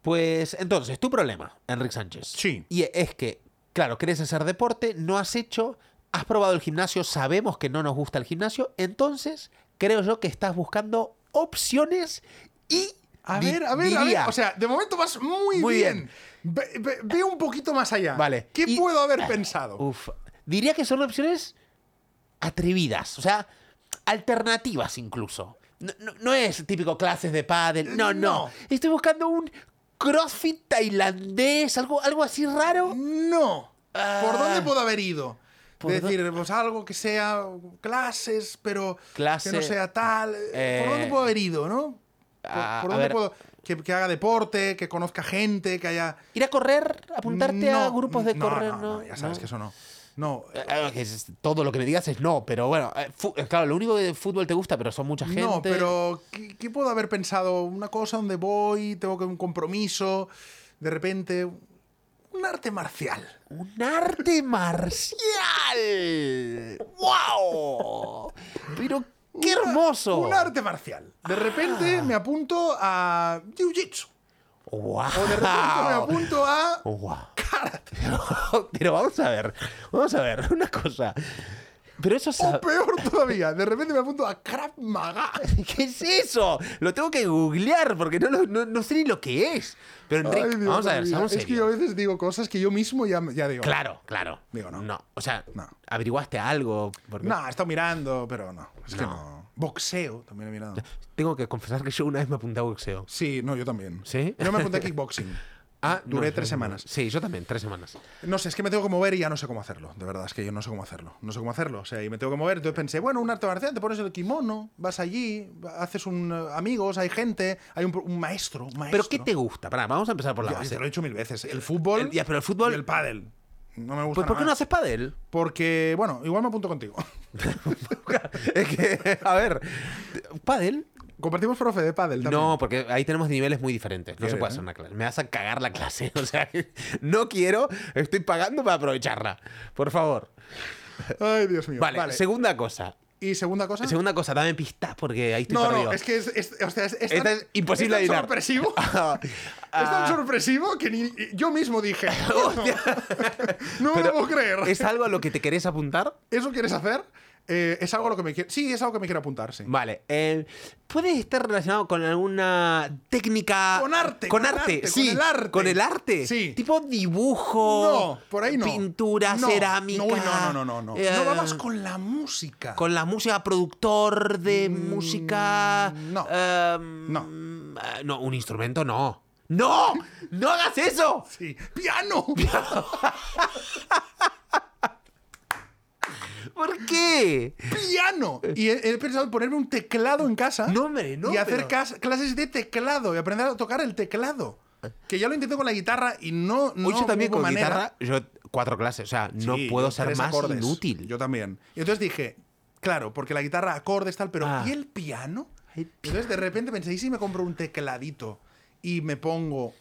Speaker 2: Pues entonces, tu problema, Enrique Sánchez.
Speaker 1: Sí.
Speaker 2: Y es que, claro, querés hacer deporte, no has hecho, has probado el gimnasio, sabemos que no nos gusta el gimnasio, entonces creo yo que estás buscando opciones y...
Speaker 1: A ver, a ver, a ver.
Speaker 2: diría-
Speaker 1: O sea, de momento vas muy,
Speaker 2: Muy
Speaker 1: bien. Ve, ve- ve un poquito más allá.
Speaker 2: Vale.
Speaker 1: Ah, ¿Qué
Speaker 2: Y-
Speaker 1: puedo haber pensado?
Speaker 2: Uf, diría que son opciones atrevidas, o sea, alternativas incluso. No, no- no es típico clases de pádel, no, no,
Speaker 1: No.
Speaker 2: Estoy buscando un crossfit tailandés, algo, algo así raro.
Speaker 1: No.
Speaker 2: Ah.
Speaker 1: ¿Por dónde puedo haber ido?
Speaker 2: ¿Por
Speaker 1: Es decir, pues algo que sea clases, pero
Speaker 2: Clase,
Speaker 1: que no sea tal.
Speaker 2: eh,
Speaker 1: ¿Por dónde puedo haber ido, no? ¿Por,
Speaker 2: ah,
Speaker 1: por
Speaker 2: a
Speaker 1: dónde
Speaker 2: ver.
Speaker 1: puedo...? Que, que haga deporte, que conozca gente, que haya...
Speaker 2: Ir a correr, apuntarte a
Speaker 1: No,
Speaker 2: grupos de
Speaker 1: no,
Speaker 2: correr,
Speaker 1: no,
Speaker 2: no.
Speaker 1: no, ya sabes
Speaker 2: no.
Speaker 1: que eso no. No,
Speaker 2: Eh, eh, que es- Todo lo que me digas es no, pero bueno, eh, fu- eh, claro, lo único que de fútbol te gusta, pero son mucha gente.
Speaker 1: No, pero ¿qué, qué puedo haber pensado? Una cosa donde voy, tengo que un compromiso, de repente un arte marcial.
Speaker 2: Un arte marcial. ¡Wow! Pero qué
Speaker 1: Una-
Speaker 2: hermoso.
Speaker 1: Un arte marcial. De repente
Speaker 2: Ah.
Speaker 1: me apunto a jiu-jitsu.
Speaker 2: ¡Wow!
Speaker 1: O de repente me apunto a
Speaker 2: ¡Wow!
Speaker 1: karate.
Speaker 2: Pero vamos a ver, vamos a ver, una cosa. Pero eso es.
Speaker 1: O peor todavía, de repente me apunto a Krav Maga.
Speaker 2: ¿Qué es eso? Lo tengo que googlear porque no, lo- no, no sé ni lo que es. Pero
Speaker 1: Ay,
Speaker 2: Enrique,
Speaker 1: Dios
Speaker 2: vamos a
Speaker 1: de
Speaker 2: ver,
Speaker 1: mi vida.
Speaker 2: seamos
Speaker 1: Es que
Speaker 2: serios.
Speaker 1: yo a veces digo cosas que yo mismo ya, ya digo.
Speaker 2: Claro, claro.
Speaker 1: Digo, no.
Speaker 2: O sea,
Speaker 1: No.
Speaker 2: averiguaste algo. Porque
Speaker 1: No, he estado mirando, pero no. Es que
Speaker 2: No.
Speaker 1: no. Boxeo también he mirado.
Speaker 2: Tengo que confesar que yo una vez me apunté a boxeo.
Speaker 1: Sí, no, yo también.
Speaker 2: ¿Sí?
Speaker 1: Yo me apunté a kickboxing.
Speaker 2: Ah, no,
Speaker 1: Duré
Speaker 2: yo-
Speaker 1: tres semanas.
Speaker 2: Sí, yo también, tres semanas.
Speaker 1: No sé, es que me tengo que mover y ya no sé cómo hacerlo. De verdad, es que yo no sé cómo hacerlo. No sé cómo hacerlo. O sea, y me tengo que mover. Entonces pensé, bueno, un arte marcial, te pones el kimono, vas allí, haces un eh, amigos, hay gente, hay un, pro- un maestro, un maestro.
Speaker 2: ¿Pero qué te gusta? Pará, vamos a empezar por la
Speaker 1: Ya, te
Speaker 2: base.
Speaker 1: lo he dicho mil veces. El fútbol.
Speaker 2: Eh, El- ya, pero el fútbol-
Speaker 1: Y el pádel. No me gusta.
Speaker 2: Pues, ¿por
Speaker 1: nada
Speaker 2: qué no
Speaker 1: más.
Speaker 2: haces pádel?
Speaker 1: Porque, bueno, igual me apunto contigo.
Speaker 2: es que, a ver, pádel.
Speaker 1: Compartimos profe de pádel también.
Speaker 2: No, porque ahí tenemos niveles muy diferentes. No se
Speaker 1: Quiere,
Speaker 2: puede
Speaker 1: ¿eh?
Speaker 2: hacer una clase. Me vas a cagar la clase. O sea, no quiero. Estoy pagando para aprovecharla. Por favor.
Speaker 1: Ay, Dios mío.
Speaker 2: Vale,
Speaker 1: Vale.
Speaker 2: segunda cosa.
Speaker 1: ¿Y segunda cosa?
Speaker 2: Segunda cosa, dame pistas porque ahí estoy
Speaker 1: no,
Speaker 2: perdido.
Speaker 1: no, es que es, es- o sea, es, es
Speaker 2: Esta
Speaker 1: tan-
Speaker 2: es imposible
Speaker 1: es tan
Speaker 2: adivinar.
Speaker 1: sorpresivo.
Speaker 2: Ah,
Speaker 1: Es tan sorpresivo que ni yo mismo dije. "Coño, no me
Speaker 2: pero
Speaker 1: lo puedo creer.
Speaker 2: ¿Es algo a lo que te querés apuntar?
Speaker 1: ¿Eso quieres hacer? Eh, es algo a lo que me quiero. Sí, es algo que me quiero apuntar, sí.
Speaker 2: Vale. eh, ¿Puede estar relacionado con alguna técnica.
Speaker 1: Con arte,
Speaker 2: Con,
Speaker 1: con
Speaker 2: arte,
Speaker 1: arte, con
Speaker 2: sí.
Speaker 1: el arte.
Speaker 2: Con el arte.
Speaker 1: Sí.
Speaker 2: Tipo dibujo.
Speaker 1: No, por ahí no.
Speaker 2: Pintura,
Speaker 1: No,
Speaker 2: cerámica.
Speaker 1: No, uy, no, no, no, no. No,
Speaker 2: eh,
Speaker 1: no vamos con la música.
Speaker 2: con la música, productor de
Speaker 1: Mm,
Speaker 2: música.
Speaker 1: no.
Speaker 2: em, eh, no, un instrumento no. ¡No! ¡No hagas eso!
Speaker 1: Sí. ¡Piano!
Speaker 2: ¿Por qué?
Speaker 1: ¡Piano! Y he, he pensado en ponerme un teclado en casa.
Speaker 2: No, hombre, no,
Speaker 1: ¿Ah? Y hacer
Speaker 2: pero-
Speaker 1: cas- clases de teclado y aprender a tocar el teclado. Que ya lo intenté con la guitarra y no. no
Speaker 2: Hoy yo también
Speaker 1: hubo
Speaker 2: con
Speaker 1: manera.
Speaker 2: guitarra, yo cuatro clases, o sea, no
Speaker 1: Sí,
Speaker 2: puedo
Speaker 1: yo
Speaker 2: ser
Speaker 1: tres
Speaker 2: más
Speaker 1: acordes.
Speaker 2: inútil.
Speaker 1: Yo también. Y entonces dije, claro, porque la guitarra acordes tal, pero
Speaker 2: Ah.
Speaker 1: ¿y el piano?
Speaker 2: El
Speaker 1: Entonces de repente pensé, ¿y si me compro un tecladito y me pongo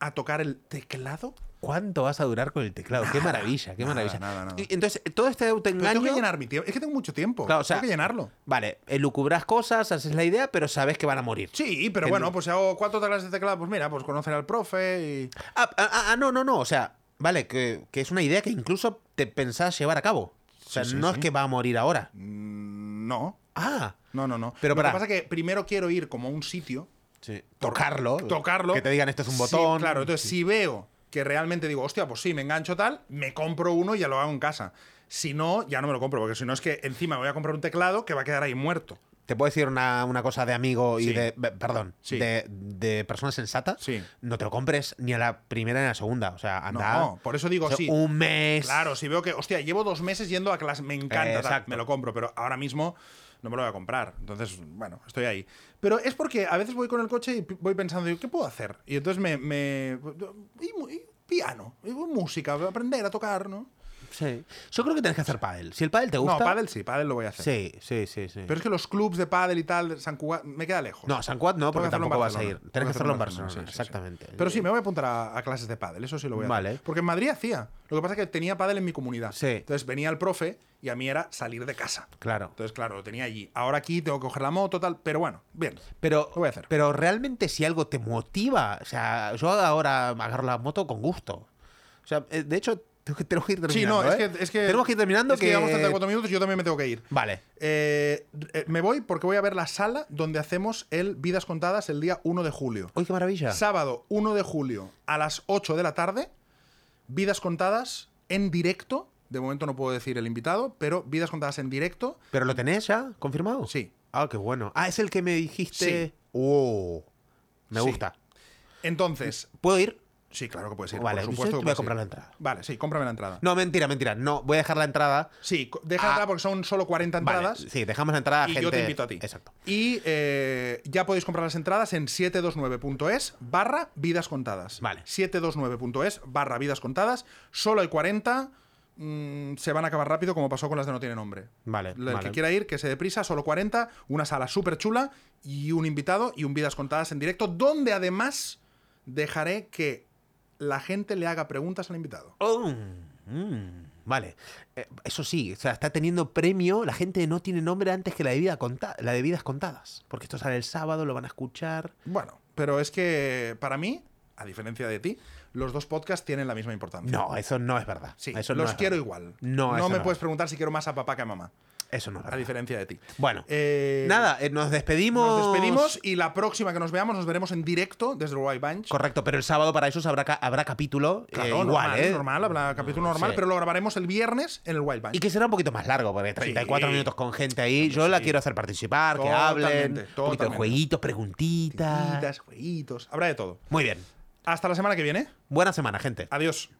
Speaker 1: a tocar el teclado?
Speaker 2: ¿Cuánto vas a durar con el teclado? qué maravilla, qué
Speaker 1: nada,
Speaker 2: maravilla.
Speaker 1: nada, nada.
Speaker 2: Y Entonces, todo este
Speaker 1: Pero tengo que
Speaker 2: autoengaño.
Speaker 1: llenar mi tiempo. Es que tengo mucho tiempo.
Speaker 2: Claro, o sea-
Speaker 1: tengo que llenarlo.
Speaker 2: Vale, elucubras cosas, haces la idea, pero sabes que van a morir.
Speaker 1: Sí, pero
Speaker 2: Que
Speaker 1: bueno,
Speaker 2: no-
Speaker 1: pues si hago cuatro teclas de teclado, pues mira, pues conocer al profe y...
Speaker 2: Ah, ah, ah, no, no, no. O sea, vale, que, que es una idea que incluso te pensás llevar a cabo. O sea,
Speaker 1: Sí, sí,
Speaker 2: no es
Speaker 1: sí.
Speaker 2: que va a morir ahora.
Speaker 1: Mm, No,
Speaker 2: Ah,
Speaker 1: no, no, no.
Speaker 2: Pero
Speaker 1: Lo
Speaker 2: pará.
Speaker 1: que pasa es que primero quiero ir como a un sitio
Speaker 2: tocarlo.
Speaker 1: tocarlo.
Speaker 2: Mm. Que te digan esto es un
Speaker 1: Sí,
Speaker 2: botón.
Speaker 1: claro, entonces si veo que realmente digo, hostia, pues sí, me engancho tal, me compro uno y ya lo hago en casa. Si no, ya no me lo compro, porque si no es que encima voy a comprar un teclado que va a quedar ahí muerto.
Speaker 2: Te puedo decir una, una cosa de amigo y
Speaker 1: Sí.
Speaker 2: de. be- Perdón.
Speaker 1: Sí.
Speaker 2: De, de persona sensata.
Speaker 1: Sí.
Speaker 2: No te lo compres ni a la primera ni a la segunda. O sea, anda.
Speaker 1: No, por eso digo,
Speaker 2: o sea,
Speaker 1: sí.
Speaker 2: Un mes.
Speaker 1: Claro, si veo que, hostia, llevo dos meses yendo a clase, me encanta, tal,
Speaker 2: Exacto.
Speaker 1: me lo compro, pero ahora mismo no me lo voy a comprar. Entonces, bueno, estoy ahí. Pero es porque a veces voy con el coche y pi- voy pensando, digo, ¿qué puedo hacer? Y entonces me... me y mu- y piano, y música, aprender a tocar, ¿no?
Speaker 2: Sí. Yo creo que tenés que hacer pádel. Si el pádel te gusta.
Speaker 1: No, pádel sí, pádel lo voy a hacer.
Speaker 2: Sí, sí, sí. sí.
Speaker 1: Pero es que los clubs de pádel y tal, San Cugat, me queda lejos.
Speaker 2: no, San Cuad
Speaker 1: Tengo
Speaker 2: no,
Speaker 1: que
Speaker 2: porque
Speaker 1: hacerlo en
Speaker 2: tampoco vas a ir.
Speaker 1: Barcelona.
Speaker 2: Tenés que hacerlo en Barcelona,
Speaker 1: sí, sí, sí.
Speaker 2: exactamente.
Speaker 1: Pero sí, me voy a apuntar a, a clases de pádel, eso sí lo voy a hacer.
Speaker 2: Vale.
Speaker 1: Porque en Madrid hacía. Lo que pasa es que tenía pádel en mi comunidad.
Speaker 2: Sí.
Speaker 1: Entonces venía el profe y a mí era salir de casa.
Speaker 2: Claro.
Speaker 1: Entonces, claro, lo tenía allí. Ahora aquí tengo que coger la moto, tal. Pero bueno, bien.
Speaker 2: Pero,
Speaker 1: Lo voy a hacer.
Speaker 2: pero realmente si algo te motiva, o sea, yo ahora agarro la moto con gusto. O sea, eh, de hecho, Tengo que- Tenemos que ir
Speaker 1: Sí, no,
Speaker 2: terminando.
Speaker 1: es
Speaker 2: ¿eh?
Speaker 1: que, es que-
Speaker 2: Tenemos que ir terminando.
Speaker 1: es que llevamos 34 minutos y yo también me tengo que ir.
Speaker 2: Vale.
Speaker 1: Eh, eh, me voy porque voy a ver la sala donde hacemos el Vidas Contadas el día 1 de julio.
Speaker 2: Uy, qué maravilla.
Speaker 1: Sábado 1 de julio a las 8 de la tarde, Vidas Contadas en directo. De momento no puedo decir el invitado, pero Vidas Contadas en directo.
Speaker 2: ¿Pero lo tenés ya? ¿Confirmado?
Speaker 1: Sí.
Speaker 2: Ah, qué bueno. Ah, es el que me dijiste.
Speaker 1: Sí.
Speaker 2: Oh, me
Speaker 1: Sí.
Speaker 2: gusta.
Speaker 1: Entonces,
Speaker 2: ¿Puedo ir?
Speaker 1: sí, claro que puedes ir.
Speaker 2: vale,
Speaker 1: por supuesto que
Speaker 2: yo te voy a
Speaker 1: puedes
Speaker 2: comprar
Speaker 1: ir.
Speaker 2: la entrada.
Speaker 1: Vale, sí, cómprame la entrada.
Speaker 2: No, mentira, mentira. No, voy a dejar la entrada.
Speaker 1: Sí, co- deja
Speaker 2: Ah.
Speaker 1: la entrada porque son solo 40
Speaker 2: Vale,
Speaker 1: entradas.
Speaker 2: sí, dejamos la entrada a
Speaker 1: Y
Speaker 2: gente.
Speaker 1: yo te invito a ti.
Speaker 2: Exacto.
Speaker 1: Y eh, ya podéis comprar las entradas en 729.es barra vidas contadas.
Speaker 2: Vale.
Speaker 1: 729.es barra vidas contadas. Solo hay 40. mm, se van a acabar rápido como pasó con las de No Tiene Nombre.
Speaker 2: Vale,
Speaker 1: El
Speaker 2: vale.
Speaker 1: que quiera ir, que se deprisa, solo 40. Una sala súper chula y un invitado y un vidas contadas en directo, donde además dejaré que la gente le haga preguntas al invitado.
Speaker 2: Oh, mm, vale. Eh, eso sí, o sea, está teniendo premio. La gente no tiene nombre antes que la de, vida conta- la de vidas contadas. Porque esto sale el sábado, lo van a escuchar.
Speaker 1: Bueno, pero es que para mí, a diferencia de ti, los dos podcasts tienen la misma importancia.
Speaker 2: No, eso no es verdad.
Speaker 1: Sí,
Speaker 2: eso no
Speaker 1: los
Speaker 2: es
Speaker 1: quiero
Speaker 2: verdad.
Speaker 1: igual.
Speaker 2: No, eso
Speaker 1: me
Speaker 2: no.
Speaker 1: puedes preguntar si quiero más a papá que a mamá,
Speaker 2: Eso no es
Speaker 1: a
Speaker 2: verdad.
Speaker 1: diferencia de ti.
Speaker 2: Bueno,
Speaker 1: Eh,
Speaker 2: nada, eh, nos despedimos.
Speaker 1: Nos despedimos y la próxima que nos veamos nos veremos en directo desde Uruguay Bunch.
Speaker 2: Correcto, pero el sábado para ellos habrá, ca- habrá capítulo eh,
Speaker 1: Claro,
Speaker 2: igual,
Speaker 1: normal,
Speaker 2: ¿eh?
Speaker 1: normal, habrá capítulo normal,
Speaker 2: sí.
Speaker 1: pero lo grabaremos el viernes en el Wild Bunch.
Speaker 2: Y que será un poquito más largo, porque 34
Speaker 1: Sí.
Speaker 2: minutos con gente ahí. Yo la quiero hacer participar, que hablen.
Speaker 1: Totalmente,
Speaker 2: Un poquito de
Speaker 1: totalmente.
Speaker 2: jueguitos, preguntitas.
Speaker 1: Tiritas, jueguitos, habrá de todo.
Speaker 2: Muy bien.
Speaker 1: Hasta la semana que viene.
Speaker 2: Buena semana, gente.
Speaker 1: Adiós.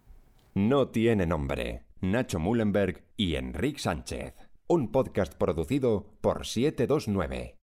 Speaker 3: No tiene nombre. Nacho Mullenberg y Enrique Sánchez. Un podcast producido por 729.